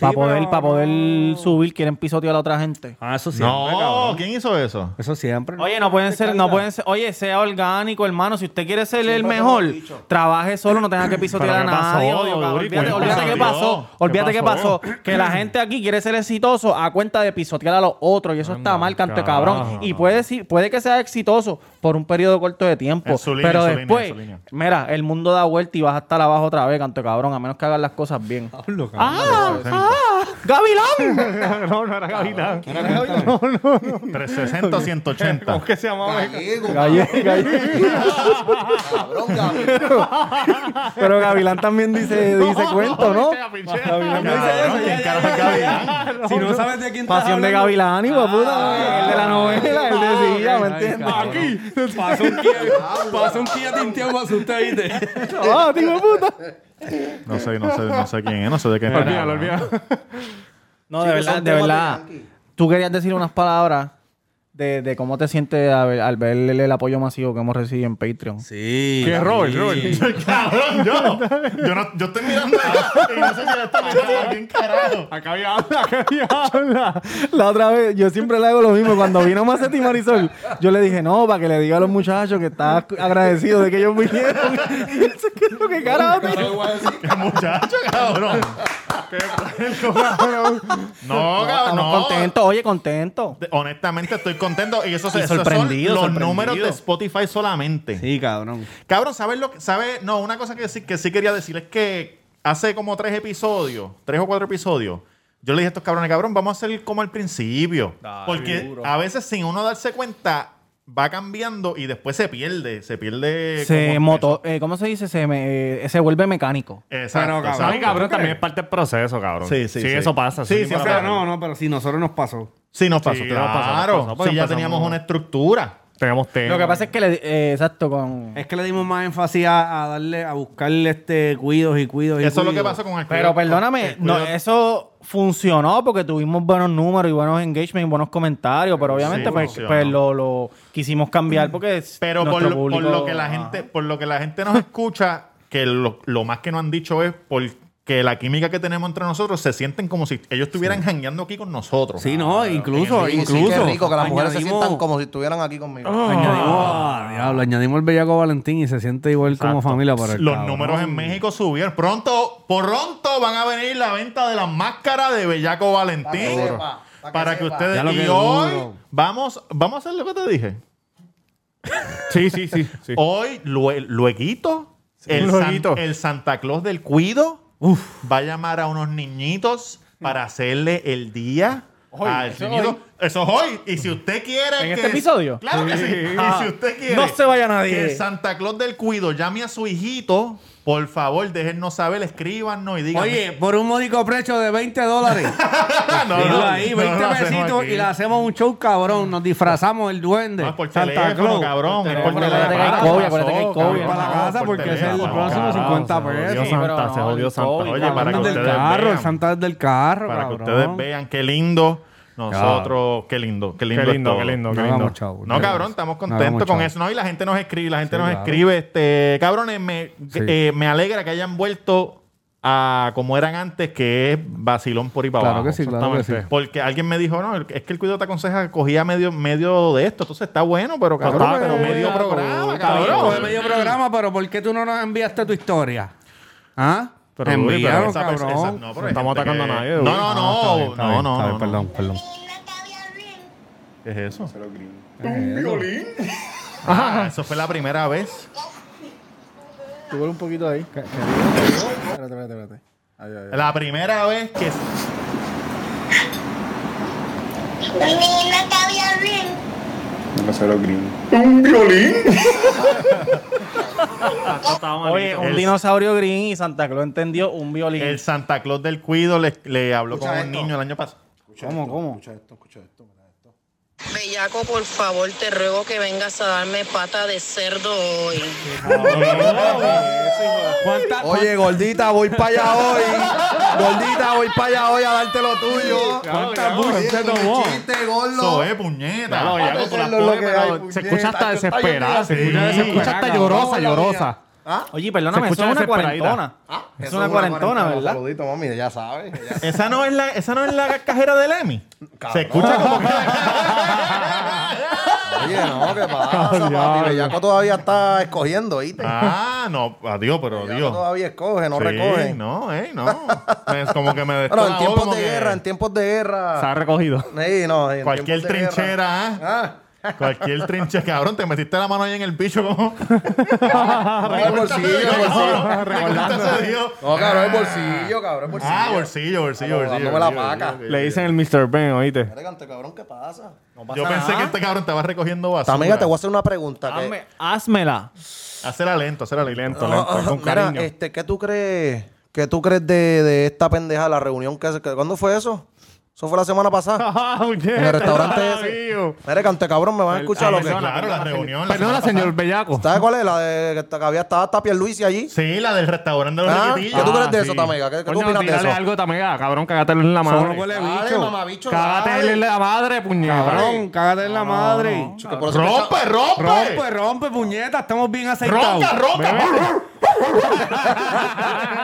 Speaker 6: para poder, para poder subir, quieren pisotear a la otra gente.
Speaker 9: Ah, eso siempre,
Speaker 8: No,
Speaker 9: cabrón.
Speaker 8: ¿quién hizo eso?
Speaker 9: Eso siempre.
Speaker 6: Oye, no pueden ser, no pueden ser, oye, sea orgánico, hermano. Si usted quiere ser el
Speaker 3: Siempre te lo
Speaker 6: mejor,
Speaker 3: he dicho.
Speaker 6: trabaje solo, no tenga que pisotear a
Speaker 1: ¿Pero qué pasó,
Speaker 6: nadie. odio, cabrón.
Speaker 1: Duri?
Speaker 6: olvídate,
Speaker 1: Cuéntame,
Speaker 6: olvídate qué
Speaker 8: Dios.
Speaker 6: pasó,
Speaker 1: ¿Qué
Speaker 6: olvídate qué
Speaker 1: pasó?
Speaker 6: pasó. Que la gente aquí quiere ser exitoso a cuenta de pisotear a los otros. Y eso está mal, canto de cabrón.
Speaker 1: carajo.
Speaker 6: Y puede sí- puede que sea exitoso por un periodo corto de tiempo.
Speaker 8: En su línea,
Speaker 6: pero
Speaker 8: en su
Speaker 6: después,
Speaker 8: línea, en su línea.
Speaker 6: mira, el mundo da vuelta y vas a estar abajo otra vez, canto de cabrón, a menos que hagas las cosas bien.
Speaker 9: Pablo, cabrón.
Speaker 6: ¡Ah! ¡Ah!
Speaker 1: (laughs)
Speaker 6: ¡Gavilán!
Speaker 1: no, no era Gavilán.
Speaker 8: 360 o 180.
Speaker 1: ¿Cómo que se llamaba?
Speaker 3: Gallego,
Speaker 6: Pero Gavilán también dice, dice cuento, ¿no?
Speaker 8: Cabrón, ¿quién carajo es Gavilán?
Speaker 9: Si no sabes de quién
Speaker 6: Pasión de Gavilán, hijo de puta. El de la novela, el de Silla, ¿me entiendes?
Speaker 1: Ah,
Speaker 9: Aquí. Pasa un
Speaker 3: (laughs)
Speaker 5: (laughs)
Speaker 9: tío. Pasa un tío tinteado para asustarte.
Speaker 6: ¡Ah, hijo de puta!
Speaker 8: No sé, no sé, no sé quién es, no sé de qué
Speaker 1: Olvídalo, olvídalo.
Speaker 6: No, de verdad, de verdad. Tú querías decir unas palabras de, de cómo te sientes al ver, al ver el, el apoyo masivo que hemos recibido en Patreon.
Speaker 9: Sí.
Speaker 1: ¿Qué rol,
Speaker 9: sí.
Speaker 1: rol?
Speaker 8: Cabrón, yo no. Yo, no, yo estoy mirando y no sé si la está mirando a quién (laughs) carajo.
Speaker 1: Acá había habla, acá había habla.
Speaker 6: (laughs) La otra vez, yo siempre le hago lo mismo. Cuando vino Macetti y Marisol, yo le dije, no, para que le diga a los muchachos que está agradecido de que ellos vinieron. (laughs) Y él se quedó, ¿qué carajo?
Speaker 8: Muchacho, cabrón. No, cabrón,
Speaker 6: (laughs) Estamos
Speaker 8: no.
Speaker 6: contentos, oye, contento.
Speaker 8: De- Honestamente estoy contento y eso se
Speaker 6: Y sorprendido,
Speaker 8: los
Speaker 6: sorprendido.
Speaker 8: números de Spotify solamente.
Speaker 9: Sí,
Speaker 1: (laughs)
Speaker 9: cabrón.
Speaker 8: Cabrón, ¿sabes lo que sabe? No, una cosa que sí, que sí quería decir es que hace como tres episodios, tres o cuatro episodios, yo le dije a estos cabrones, cabrón, vamos a hacer como al principio, porque a veces sin uno darse cuenta va cambiando y después se pierde, se pierde
Speaker 6: Se
Speaker 8: como-
Speaker 6: moto, eh, ¿cómo se dice? Se, me- eh, se vuelve mecánico.
Speaker 8: Exacto,
Speaker 5: Pero, cabrón,
Speaker 1: Ay,
Speaker 8: exacto.
Speaker 1: cabrón, también es parte del proceso, cabrón.
Speaker 8: Sí, sí,
Speaker 1: Sí,
Speaker 8: sí.
Speaker 1: eso pasa.
Speaker 8: Sí,
Speaker 1: eso
Speaker 8: sí,
Speaker 1: mismo
Speaker 5: o
Speaker 1: pasa.
Speaker 5: sea, no, no, pero sí, nosotros nos pasó.
Speaker 8: Sí, nos pasó,
Speaker 1: Sí, nos
Speaker 8: claro.
Speaker 1: pasó, nos pasó, porque
Speaker 8: sí, ya
Speaker 1: pasamos-
Speaker 8: teníamos una estructura.
Speaker 1: Tenemos tema.
Speaker 6: Lo que pasa es que, le- eh, exacto, con...
Speaker 8: este
Speaker 5: Es que le dimos más énfasis a, a darle, a buscarle este cuidos y cuidos y
Speaker 8: Eso es lo que
Speaker 5: cuidos.
Speaker 8: pasó con el
Speaker 6: Pero
Speaker 8: cuidado-
Speaker 6: perdóname,
Speaker 8: el
Speaker 6: no,
Speaker 8: cuidado-
Speaker 6: eso funcionó porque tuvimos buenos números y buenos engagements y buenos comentarios, pero obviamente
Speaker 8: Sí,
Speaker 6: pues,
Speaker 8: funcionó.
Speaker 6: pues lo, lo quisimos cambiar porque es
Speaker 8: Pero por
Speaker 6: nuestro
Speaker 8: lo, por
Speaker 6: público-
Speaker 8: lo que la gente, por lo que la gente nos escucha, que lo, lo más que nos han dicho es porque la química que tenemos entre nosotros se sienten como si ellos estuvieran jangueando aquí con nosotros.
Speaker 5: Sí, no, incluso, incluso.
Speaker 3: qué rico que las mujeres se
Speaker 5: añadimos-
Speaker 3: sientan como si estuvieran aquí conmigo.
Speaker 5: Añadimos, ah, diablo, añadimos el bellaco Valentín y se siente igual como familia para el
Speaker 8: Los
Speaker 5: cabrón.
Speaker 8: números en México subieron. Pronto, pronto van a venir la venta de las máscaras de Bellaco Valentín.
Speaker 3: Para que sepa, para que
Speaker 8: Para que
Speaker 3: sepa.
Speaker 8: ustedes.
Speaker 5: Ya lo
Speaker 8: y
Speaker 5: que
Speaker 8: hoy
Speaker 5: duro.
Speaker 8: vamos, vamos a hacer lo que te dije.
Speaker 1: Sí, sí, sí. sí.
Speaker 8: Hoy, lue- lueguito, el, San-
Speaker 1: lueguito.
Speaker 8: el Santa Claus del Cuido va a llamar a unos niñitos para hacerle el día al
Speaker 6: eso es
Speaker 8: niñito.
Speaker 6: hoy.
Speaker 8: Eso es hoy. Y si usted quiere...
Speaker 6: ¿En
Speaker 8: que-
Speaker 6: este episodio?
Speaker 8: Claro que sí.
Speaker 6: Ah.
Speaker 8: Y si usted quiere...
Speaker 6: No se vaya nadie.
Speaker 8: Que el Santa Claus del Cuido llame a su hijito, por favor, déjennos saber, escríbanos y díganos.
Speaker 5: Oye, por un módico precio de 20 dólares.
Speaker 8: (laughs) no,
Speaker 5: Dilo
Speaker 8: no,
Speaker 5: ahí,
Speaker 8: no
Speaker 5: 20
Speaker 8: lo hacemos
Speaker 5: pesitos
Speaker 8: aquí.
Speaker 5: y le hacemos un show cabrón. Nos disfrazamos el duende.
Speaker 8: No, es por
Speaker 5: Santa
Speaker 8: teléfono,
Speaker 5: Claus.
Speaker 8: cabrón. Es por
Speaker 6: Acuérdate que
Speaker 8: teléfono.
Speaker 6: hay
Speaker 8: Ah,
Speaker 6: COVID,
Speaker 8: pasó,
Speaker 6: acuérdate que hay
Speaker 8: cabrón,
Speaker 6: COVID.
Speaker 5: Para la
Speaker 8: no,
Speaker 5: casa
Speaker 8: por
Speaker 5: porque es el
Speaker 8: teléfono,
Speaker 5: próximo
Speaker 8: carajo.
Speaker 5: 50
Speaker 1: se
Speaker 5: pesos.
Speaker 1: jodió Santa,
Speaker 6: pero
Speaker 1: se jodió
Speaker 6: el
Speaker 1: Santa.
Speaker 6: COVID,
Speaker 1: Oye,
Speaker 8: cabrón.
Speaker 1: para que
Speaker 5: Santa
Speaker 1: ustedes
Speaker 5: del carro,
Speaker 8: vean.
Speaker 5: el Santa del carro,
Speaker 8: Para que
Speaker 5: cabrón.
Speaker 8: ustedes vean qué lindo nosotros, qué lindo, qué lindo.
Speaker 1: Qué lindo,
Speaker 8: es todo.
Speaker 1: qué lindo,
Speaker 5: No
Speaker 1: qué lindo.
Speaker 5: hagamos chavo.
Speaker 8: No, cabrón, estamos contentos
Speaker 5: hagamos
Speaker 8: con
Speaker 5: chavo.
Speaker 8: eso. No, y la gente nos escribe, la gente nos
Speaker 5: claro.
Speaker 8: escribe. Este, cabrones, me, eh, me alegra que hayan vuelto a como eran antes, que es vacilón por ahí para
Speaker 5: Claro
Speaker 8: abajo.
Speaker 5: que sí, claro que sí.
Speaker 1: Exactamente.
Speaker 8: Porque alguien me dijo, no, es que el cuidado te aconseja, cogía medio, medio de esto, entonces está bueno, pero cabrón,
Speaker 1: está,
Speaker 8: pero
Speaker 1: pero
Speaker 8: medio
Speaker 1: está,
Speaker 8: programa,
Speaker 1: está bien,
Speaker 5: Coge
Speaker 8: cabrón.
Speaker 5: medio programa, pero ¿por qué tú no nos enviaste tu historia? ¿Ah?
Speaker 1: Pero, Duri, pero
Speaker 5: Envíalo,
Speaker 8: Esa pers- esa-
Speaker 5: cabrón.
Speaker 8: no, pero hay
Speaker 1: No estamos
Speaker 8: gente
Speaker 1: atacando
Speaker 8: que-
Speaker 1: a nadie,
Speaker 8: No,
Speaker 1: Duri.
Speaker 8: no, no, no, no, no.
Speaker 5: Perdón, perdón.
Speaker 10: Nunca había
Speaker 8: ¿Qué es eso? ¿Un violín? Ah, eso fue la primera vez.
Speaker 6: Tú vuelve un poquito ahí. Espérate, espérate, espérate. Ahí, ahí, ahí.
Speaker 8: La primera vez que...
Speaker 6: Oye, un
Speaker 8: El-
Speaker 6: dinosaurio green y Santa Claus entendió un violín.
Speaker 8: El Santa Claus del Cuido le, le habló
Speaker 3: Escucha
Speaker 8: con un
Speaker 3: esto.
Speaker 8: niño el año pasado.
Speaker 6: ¿Cómo, cómo?
Speaker 10: Bellaco, por favor, te ruego que vengas a darme pata de cerdo hoy.
Speaker 9: ¿Cuántas?
Speaker 3: Oye, gordita, voy para (laughs) allá hoy. gordita, voy para allá hoy a darte lo tuyo.
Speaker 9: ¿Cuántas buses se tomó?
Speaker 3: Chiste, gordo.
Speaker 8: Eso es, puñeta.
Speaker 1: Claro, ya
Speaker 3: Eso
Speaker 1: tú la
Speaker 3: es lo
Speaker 1: pones,
Speaker 3: que hay,
Speaker 1: pero se
Speaker 3: puñeta.
Speaker 1: escucha hasta
Speaker 3: Esto está bien
Speaker 1: desesperada. Se escucha,
Speaker 8: así.
Speaker 1: se escucha hasta llorosa, llorosa.
Speaker 8: ¿Ah?
Speaker 6: Oye, perdóname,
Speaker 1: Se
Speaker 6: eso es
Speaker 1: escucha
Speaker 6: una
Speaker 1: desesperadita.
Speaker 6: cuarentona.
Speaker 3: Ah,
Speaker 6: es
Speaker 3: eso
Speaker 6: una cuarentona, ¿verdad?
Speaker 3: Saludito, mami, ya sabes. ya sabes.
Speaker 8: Esa no es la, esa no es la cajera del Emi. Se escucha como que.
Speaker 3: (laughs) Oye,
Speaker 8: (laughs)
Speaker 3: no, ¿qué pasa, papi? Bellaco todavía está escogiendo, ¿oíste?
Speaker 8: Ah, no, adiós, pero
Speaker 3: Bellaco
Speaker 8: adiós.
Speaker 3: todavía escoge, no
Speaker 8: Sí,
Speaker 3: recoge.
Speaker 8: No, eh, no. Es como que me
Speaker 3: Bueno, en
Speaker 8: destrago, como
Speaker 3: tiempos de
Speaker 8: que
Speaker 3: guerra, en tiempos de
Speaker 1: Se ha
Speaker 3: guerra.
Speaker 1: recogido.
Speaker 3: Sí, no, en
Speaker 8: Cualquier
Speaker 3: tiempos de guerra.
Speaker 8: trinchera, ¿ah?
Speaker 3: Ah,
Speaker 8: Cualquier trinchera, cabrón, te metiste la mano ahí en el bicho como.
Speaker 3: no, Ah, el bolsillo, el bolsillo. No, cabrón, el bolsillo, cabrón, el bolsillo.
Speaker 8: Ah, bolsillo, bolsillo,
Speaker 3: Como
Speaker 8: bolsillo.
Speaker 3: dándome la
Speaker 8: bolsillo,
Speaker 3: paca.
Speaker 8: ok, ok,
Speaker 1: Le
Speaker 8: ok.
Speaker 1: dicen el Mr. Ben, oíste.
Speaker 3: Espérate, canto, cabrón, ¿qué pasa? No
Speaker 8: Yo pensé que este cabrón estaba recogiendo basura.
Speaker 3: Amiga, te voy a hacer una pregunta. que-
Speaker 6: Hazme- Házmela.
Speaker 8: Hacela lento, hacela lento.
Speaker 1: Lento, lento, con
Speaker 3: Oh, Mira,
Speaker 1: cariño.
Speaker 3: este, ¿qué tú crees? ¿Qué tú crees de, de esta pendeja, la reunión que se... que- ¿Cuándo fue eso? Eso fue la
Speaker 8: (laughs)
Speaker 3: semana pasada.
Speaker 1: Ah, puñeta,
Speaker 3: En el restaurante
Speaker 1: ah,
Speaker 3: ese.
Speaker 1: vivo.
Speaker 3: Mire, cante cabrón, me van a escuchar lo que...
Speaker 8: Claro, la reunión. la-
Speaker 1: Perdona, señor Bellaco.
Speaker 3: ¿Sabes cuál es? La de que t- que había estaba hasta Pierluisi allí.
Speaker 8: Sí, la del restaurante de los
Speaker 3: Ah,
Speaker 8: riquitillos.
Speaker 3: ¿qué tú crees de eso,
Speaker 8: también?
Speaker 3: Tamega? ¿Qué, qué tú
Speaker 1: Coño,
Speaker 3: opinas de
Speaker 1: tírale
Speaker 3: eso?
Speaker 1: algo, Tamega. Cabrón, cagatelo en la
Speaker 5: Solo
Speaker 1: madre.
Speaker 5: huele
Speaker 3: Dale,
Speaker 5: bicho.
Speaker 3: mamabicho,
Speaker 1: Cágatelo
Speaker 3: dale.
Speaker 1: en la madre, puñal.
Speaker 5: Cabrón, cágate en la madre.
Speaker 3: Chico, por eso que
Speaker 8: ¡Rompe, rompe!
Speaker 5: Rompe, rompe, puñeta. Estamos bien aceitados.
Speaker 8: ¡Roca, roca!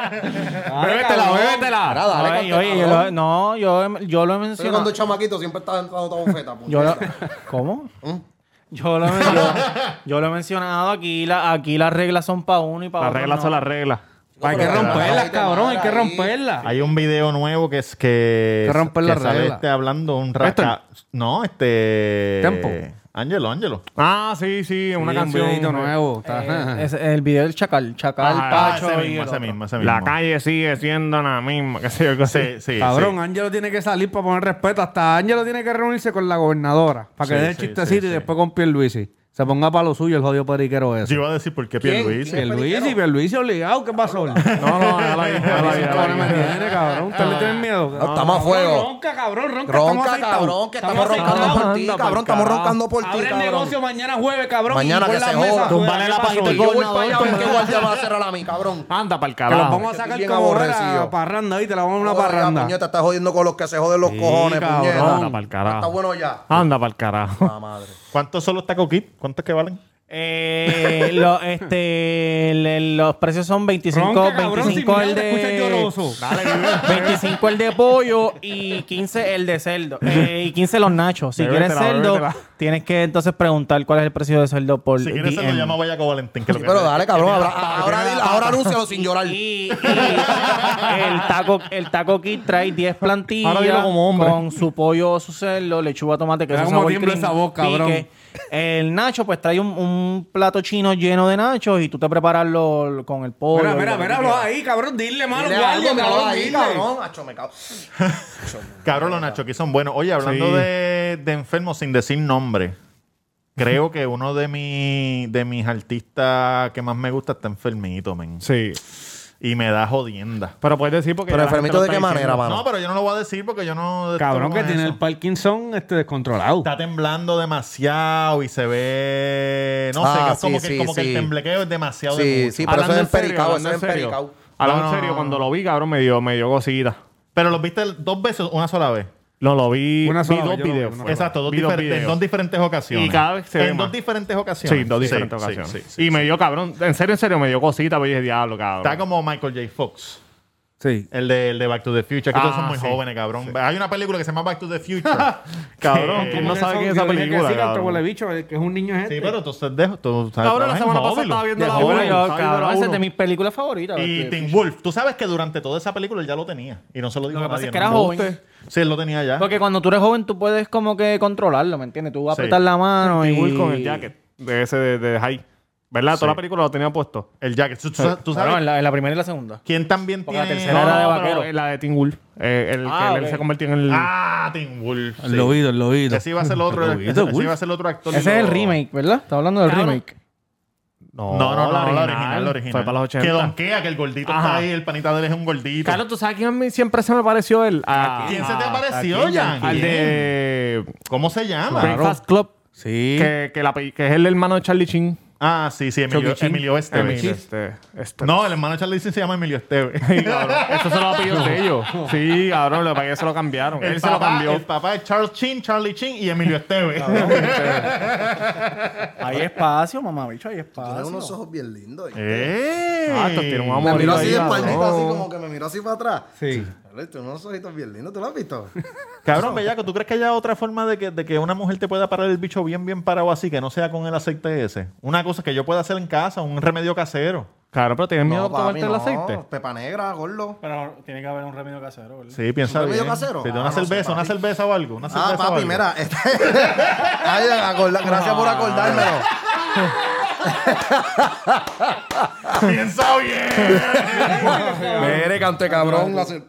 Speaker 1: Bébetela,
Speaker 3: Ahora,
Speaker 1: bébetela.
Speaker 3: dale,
Speaker 6: Oye,
Speaker 3: cante,
Speaker 6: oye, yo
Speaker 3: cabrón.
Speaker 6: lo- no, yo, yo lo he
Speaker 3: Yo cuando
Speaker 6: mencionado.
Speaker 3: el chamaquito siempre está entrando toda bofeta.
Speaker 6: Yo lo-
Speaker 3: puñeta.
Speaker 1: (laughs)
Speaker 6: ¿Cómo?
Speaker 3: ¿Mm?
Speaker 6: Yo lo, he
Speaker 3: (laughs)
Speaker 6: mencionado- yo lo he mencionado aquí, la, aquí las reglas son para uno y para
Speaker 1: Las
Speaker 6: otro.
Speaker 1: reglas
Speaker 6: no.
Speaker 1: son las reglas.
Speaker 5: Hay que
Speaker 3: Pero,
Speaker 5: romperlas,
Speaker 3: pero,
Speaker 5: cabrón. Hay que
Speaker 3: ahí.
Speaker 5: romperlas.
Speaker 8: Hay un video nuevo que es que.
Speaker 5: Que romper la
Speaker 8: que sale
Speaker 5: regla.
Speaker 8: este hablando un raca. No, este.
Speaker 5: Tempo.
Speaker 8: Ángelo, Ángelo.
Speaker 1: Ah, sí, sí, una
Speaker 5: Sí,
Speaker 1: canción.
Speaker 5: Un videito nuevo.
Speaker 6: Eh,
Speaker 5: Está-
Speaker 6: es el video del chacal, chacal,
Speaker 1: Ah,
Speaker 6: pacho
Speaker 8: ese
Speaker 6: y
Speaker 8: mismo, ese
Speaker 6: el otro.
Speaker 8: mismo, ese mismo.
Speaker 1: La calle sigue siendo la misma, qué sé yo, qué sé.
Speaker 8: Sí, sí.
Speaker 5: Cabrón,
Speaker 8: sí.
Speaker 5: Ángelo tiene que salir para poner respeto. Hasta Ángelo tiene que reunirse con la gobernadora para que
Speaker 8: Sí,
Speaker 5: dé el
Speaker 8: sí,
Speaker 5: chistecito
Speaker 8: sí,
Speaker 5: y
Speaker 8: sí.
Speaker 5: después con Pierluisi. Se ponga para lo suyo el jodido periquero
Speaker 8: Yo
Speaker 5: ese.
Speaker 8: iba a decir por qué Pierluisi.
Speaker 5: Pierluisi, Pierluisi obligado. ¿Qué pasó? No, no,
Speaker 1: No, déjala ahí, déjala ahí, déjala
Speaker 5: cabrón, me
Speaker 1: ahí.
Speaker 5: tiene, cabrón. ¿Usted le tiene miedo?
Speaker 3: No, estamos a fuego.
Speaker 5: Ronca, cabrón, ronca. estamos
Speaker 3: Ronca,
Speaker 5: aceitados.
Speaker 3: cabrón, que estamos roncando
Speaker 5: aceitados.
Speaker 3: por ti,
Speaker 1: Anda, por
Speaker 3: cabrón. Estamos
Speaker 1: carajo.
Speaker 3: roncando por ti,
Speaker 5: Abre el
Speaker 3: cabrón.
Speaker 5: negocio mañana jueves, cabrón.
Speaker 3: Mañana
Speaker 5: y pon
Speaker 3: que
Speaker 5: las
Speaker 3: se
Speaker 5: mesas
Speaker 3: joda.
Speaker 5: afuera.
Speaker 1: Túmbale la
Speaker 5: ¿Qué pasó?
Speaker 1: pajita al
Speaker 5: Que
Speaker 3: Yo voy para allá,
Speaker 1: Gobernador,
Speaker 3: ¿qué guardia va a cerrar a mí, cabrón?
Speaker 1: Anda para el
Speaker 5: los
Speaker 1: carajo.
Speaker 5: vamos a sacar
Speaker 3: bien
Speaker 5: como
Speaker 3: aborrecido.
Speaker 5: ahora parranda, ¿viste? La vamos a una
Speaker 3: Joder,
Speaker 5: parranda.
Speaker 3: puñeta, estás jodiendo con los que se joden los
Speaker 5: Sí,
Speaker 3: cojones,
Speaker 5: cabrón.
Speaker 3: puñeta.
Speaker 1: Anda para el
Speaker 3: Está
Speaker 1: carajo.
Speaker 3: bueno ya.
Speaker 1: Anda para el carajo.
Speaker 3: La madre.
Speaker 8: ¿Cuántos son los taco kit? ¿Cuántos que valen?
Speaker 6: Eh, lo- este, le- los precios son 25,
Speaker 5: Ronca, cabrón,
Speaker 6: 25
Speaker 5: sin
Speaker 6: el
Speaker 5: miedo, te escuchas
Speaker 6: de
Speaker 5: lloroso.
Speaker 6: 25 el de pollo y 15 el de cerdo eh, y 15 los nachos. Si
Speaker 1: Bébetela,
Speaker 6: quieres cerdo,
Speaker 1: bébetela.
Speaker 6: tienes que entonces preguntar cuál es el precio de cerdo por
Speaker 8: Si quieres, se lo
Speaker 6: DM.
Speaker 8: llama Vallaco Valentín. Que lo
Speaker 3: Sí,
Speaker 8: que
Speaker 3: pero
Speaker 8: te-
Speaker 3: dale,
Speaker 8: que
Speaker 3: cabrón.
Speaker 8: tiene
Speaker 3: Ahora,
Speaker 8: la pata,
Speaker 3: ahora,
Speaker 8: tiene la
Speaker 3: dil-
Speaker 8: pata.
Speaker 3: ahora anúncialo sin llorar.
Speaker 6: Y, y (laughs) el taco el taco kit trae 10
Speaker 1: Ahora dilo
Speaker 6: plantillas
Speaker 1: como hombre.
Speaker 6: con su pollo su cerdo, lechuga, tomate, que
Speaker 5: Mira
Speaker 6: es
Speaker 5: cómo
Speaker 6: sabor
Speaker 5: tiembla
Speaker 6: cream,
Speaker 5: esa voz, cabrón.
Speaker 6: pique. El nacho pues trae un, un plato chino lleno de nachos y tú te preparas lo- con el pollo.
Speaker 5: Mira,
Speaker 6: y
Speaker 5: mira,
Speaker 6: lo que
Speaker 5: mira,
Speaker 6: tú
Speaker 5: los
Speaker 6: quieras.
Speaker 5: ahí, cabrón. Dile, mano,
Speaker 3: Dile
Speaker 5: guardia,
Speaker 3: algo, me
Speaker 5: cabrón,
Speaker 3: habla ahí,
Speaker 5: dile.
Speaker 3: cabrón. Acho, me cago.
Speaker 8: Cabrón, los nachos aquí son buenos. Oye, hablando
Speaker 1: Sí.
Speaker 8: de, de enfermos sin decir nombre, creo que uno de, mi- de mis artistas que más me gusta está enfermito, men.
Speaker 1: Sí.
Speaker 8: Y me da jodienda.
Speaker 1: Pero puedes decir porque.
Speaker 3: Pero
Speaker 1: la gente
Speaker 3: enfermito,
Speaker 1: lo
Speaker 3: ¿de
Speaker 1: está
Speaker 3: qué manera,
Speaker 1: diciendo.
Speaker 3: mano?
Speaker 8: No, pero yo no lo voy a decir porque yo no...
Speaker 5: Cabrón, que
Speaker 8: con
Speaker 5: tiene
Speaker 8: eso.
Speaker 5: el Parkinson este descontrolado.
Speaker 8: Está temblando demasiado y se ve... No
Speaker 3: Ah,
Speaker 8: sé, que es como,
Speaker 3: sí,
Speaker 8: que,
Speaker 3: sí,
Speaker 8: como que
Speaker 3: sí.
Speaker 8: el temblequeo es demasiado de
Speaker 3: Sí,
Speaker 8: mucho.
Speaker 3: sí, pero eso
Speaker 1: Hablando
Speaker 3: es
Speaker 1: en serio,
Speaker 3: empericado,
Speaker 1: hablando
Speaker 3: eso es
Speaker 1: en serio.
Speaker 3: empericado.
Speaker 1: Hablando en
Speaker 8: No, no,
Speaker 1: serio,
Speaker 8: no.
Speaker 1: cuando lo vi, cabrón, me dio, me dio cosita.
Speaker 8: Pero los viste dos veces, una sola vez.
Speaker 1: No, lo vi.
Speaker 5: Una sola
Speaker 1: vi dos
Speaker 5: vez, yo lo vi,
Speaker 1: videos. fue.
Speaker 5: una sola
Speaker 8: Exacto, dos
Speaker 1: Vi dos
Speaker 8: difer- en
Speaker 1: videos.
Speaker 8: dos diferentes ocasiones.
Speaker 1: Y cada vez se ve
Speaker 8: En dos
Speaker 1: más.
Speaker 8: diferentes ocasiones.
Speaker 1: Sí, dos diferentes
Speaker 8: sí,
Speaker 1: ocasiones.
Speaker 8: sí, sí,
Speaker 1: y
Speaker 8: sí.
Speaker 1: pues me dio, cabrón, en serio, en serio, me dio cosita, pero yo dije, diablo, cabrón.
Speaker 8: Está como Michael J. Fox.
Speaker 5: Sí.
Speaker 8: El de, el de Back to the Future. Que todos son
Speaker 5: Ah,
Speaker 8: muy
Speaker 5: sí.
Speaker 8: jóvenes, cabrón. Hay una película que se llama Back to the
Speaker 1: (laughs)
Speaker 8: Future. cabrón,
Speaker 1: Eh,
Speaker 8: tú
Speaker 1: no
Speaker 8: no sabes
Speaker 1: sabe
Speaker 8: quién es
Speaker 1: que
Speaker 8: esa
Speaker 1: tiene que
Speaker 8: película.
Speaker 1: decir
Speaker 8: cabrón.
Speaker 9: bicho, el que es un niño es
Speaker 8: Sí,
Speaker 9: este.
Speaker 8: pero entonces dejo. Tú sabes,
Speaker 1: Cabrón, la
Speaker 8: trabajas en
Speaker 1: semana pasada
Speaker 8: Marvel.
Speaker 1: estaba viendo
Speaker 8: De
Speaker 1: la
Speaker 8: joven,
Speaker 1: uno,
Speaker 8: sabes,
Speaker 1: cabrón,
Speaker 8: era
Speaker 6: esa es
Speaker 8: uno.
Speaker 6: de mis películas favoritas.
Speaker 8: Y
Speaker 6: Este,
Speaker 8: Tim Wolf, tú sabes que durante toda esa película él ya lo tenía. Y no se lo dijo
Speaker 6: Lo
Speaker 8: a
Speaker 6: que pasa
Speaker 8: nadie,
Speaker 6: es que era
Speaker 8: ¿no?
Speaker 6: joven.
Speaker 8: Sí, él lo tenía ya.
Speaker 6: Porque cuando tú eres joven, tú puedes como que controlarlo, ¿me entiendes? Tú vas a apretar
Speaker 8: Sí.
Speaker 6: la mano y...
Speaker 1: Will con el jacket de ese de, de High. ¿Verdad? Toda la película lo tenía puesto.
Speaker 8: El jacket. ¿Tú, tú- tú
Speaker 6: Bueno, en
Speaker 8: sabes
Speaker 6: la, en la primera y la segunda.
Speaker 8: quién también
Speaker 6: Porque la
Speaker 8: tiene...?
Speaker 6: tercera era de
Speaker 1: pero
Speaker 6: vaquero.
Speaker 1: La de Tim Wolf. Eh, el
Speaker 6: Ah,
Speaker 1: que él
Speaker 6: ok.
Speaker 1: se convirtió en el.
Speaker 8: Ah, Tim Wolf.
Speaker 9: El
Speaker 8: sí.
Speaker 9: oído, el oído.
Speaker 8: Ese iba a ser el otro,
Speaker 9: Lo
Speaker 8: ese,
Speaker 9: vi,
Speaker 8: ese
Speaker 9: The Wolf.
Speaker 8: iba a ser el otro actor.
Speaker 6: Ese es el
Speaker 8: Lo-
Speaker 6: remake, ¿verdad? Estás hablando del
Speaker 9: Cabrón.
Speaker 6: remake.
Speaker 1: No,
Speaker 8: No, no, no, la original, la original.
Speaker 1: Fue para los 80.
Speaker 8: Que donkea, que el gordito está
Speaker 1: Ajá.
Speaker 8: ahí, el panita de él es un gordito.
Speaker 1: Carlos, ¿tú sabes quién a mí siempre se me pareció él? A-
Speaker 8: ¿Quién se
Speaker 1: a-
Speaker 8: te pareció,
Speaker 1: ¿a quién?
Speaker 8: Jan?
Speaker 1: Al de
Speaker 8: ¿Cómo se llama?
Speaker 1: Breakfast Club,
Speaker 9: Sí.
Speaker 1: que, que, la pe- que es el hermano de Charlie Chin.
Speaker 8: Ah, sí, sí, Emilio,
Speaker 9: Chucky Chin.
Speaker 8: Emilio Esteve.
Speaker 1: Emil, Este, este.
Speaker 8: No, el hermano de Charlie Sheen se llama Emilio Esteve.
Speaker 1: Cabrón, Eso se lo ha pedido de ellos. Sí, cabrón, lo que pasa es que se lo cambiaron.
Speaker 8: (laughs) El
Speaker 1: Él se lo
Speaker 8: papá-
Speaker 1: cambió.
Speaker 8: El papá es Charles Chin, Charlie Chin y Emilio Esteve. (laughs)
Speaker 6: Hay espacio, mamá, bicho, hay
Speaker 3: Tiene
Speaker 6: espacio.
Speaker 3: unos ojos bien lindos. y-
Speaker 8: ¡Eh!
Speaker 1: Ah, esto tiene un
Speaker 3: Me
Speaker 1: amor.
Speaker 3: miró así de
Speaker 1: Ahí,
Speaker 3: espaldita,
Speaker 1: cabrón.
Speaker 3: así como que me miró así para atrás.
Speaker 9: Sí.
Speaker 3: (laughs) Dale, tú unos ojitos bien lindos, ¿tú lo has visto?
Speaker 8: Cabrón, bellaco, ¿tú crees que haya otra forma de que, de que una mujer te pueda parar el bicho bien, bien parado así, que no sea con el aceite ese? Una cosa que yo pueda hacer en casa, un remedio casero.
Speaker 1: Cabrón, pero tienes miedo de tomarte
Speaker 3: papi,
Speaker 1: el
Speaker 3: no.
Speaker 1: aceite.
Speaker 3: Pepa negra, gordo.
Speaker 6: Pero tiene que haber un remedio casero, ¿verdad?
Speaker 8: Sí, piensa
Speaker 3: ¿Un remedio
Speaker 8: bien.
Speaker 3: casero?
Speaker 8: Sí,
Speaker 3: Ah,
Speaker 8: una
Speaker 3: no sé,
Speaker 8: cerveza, una
Speaker 3: papi.
Speaker 8: cerveza o algo. Una cerveza
Speaker 3: Ah,
Speaker 8: o
Speaker 3: papi,
Speaker 8: algo.
Speaker 3: mira. este- (laughs) Ay, acorda- gracias por acordármelo.
Speaker 8: (laughs) Piensa bien.
Speaker 3: Mire, cante cabrón. la cer-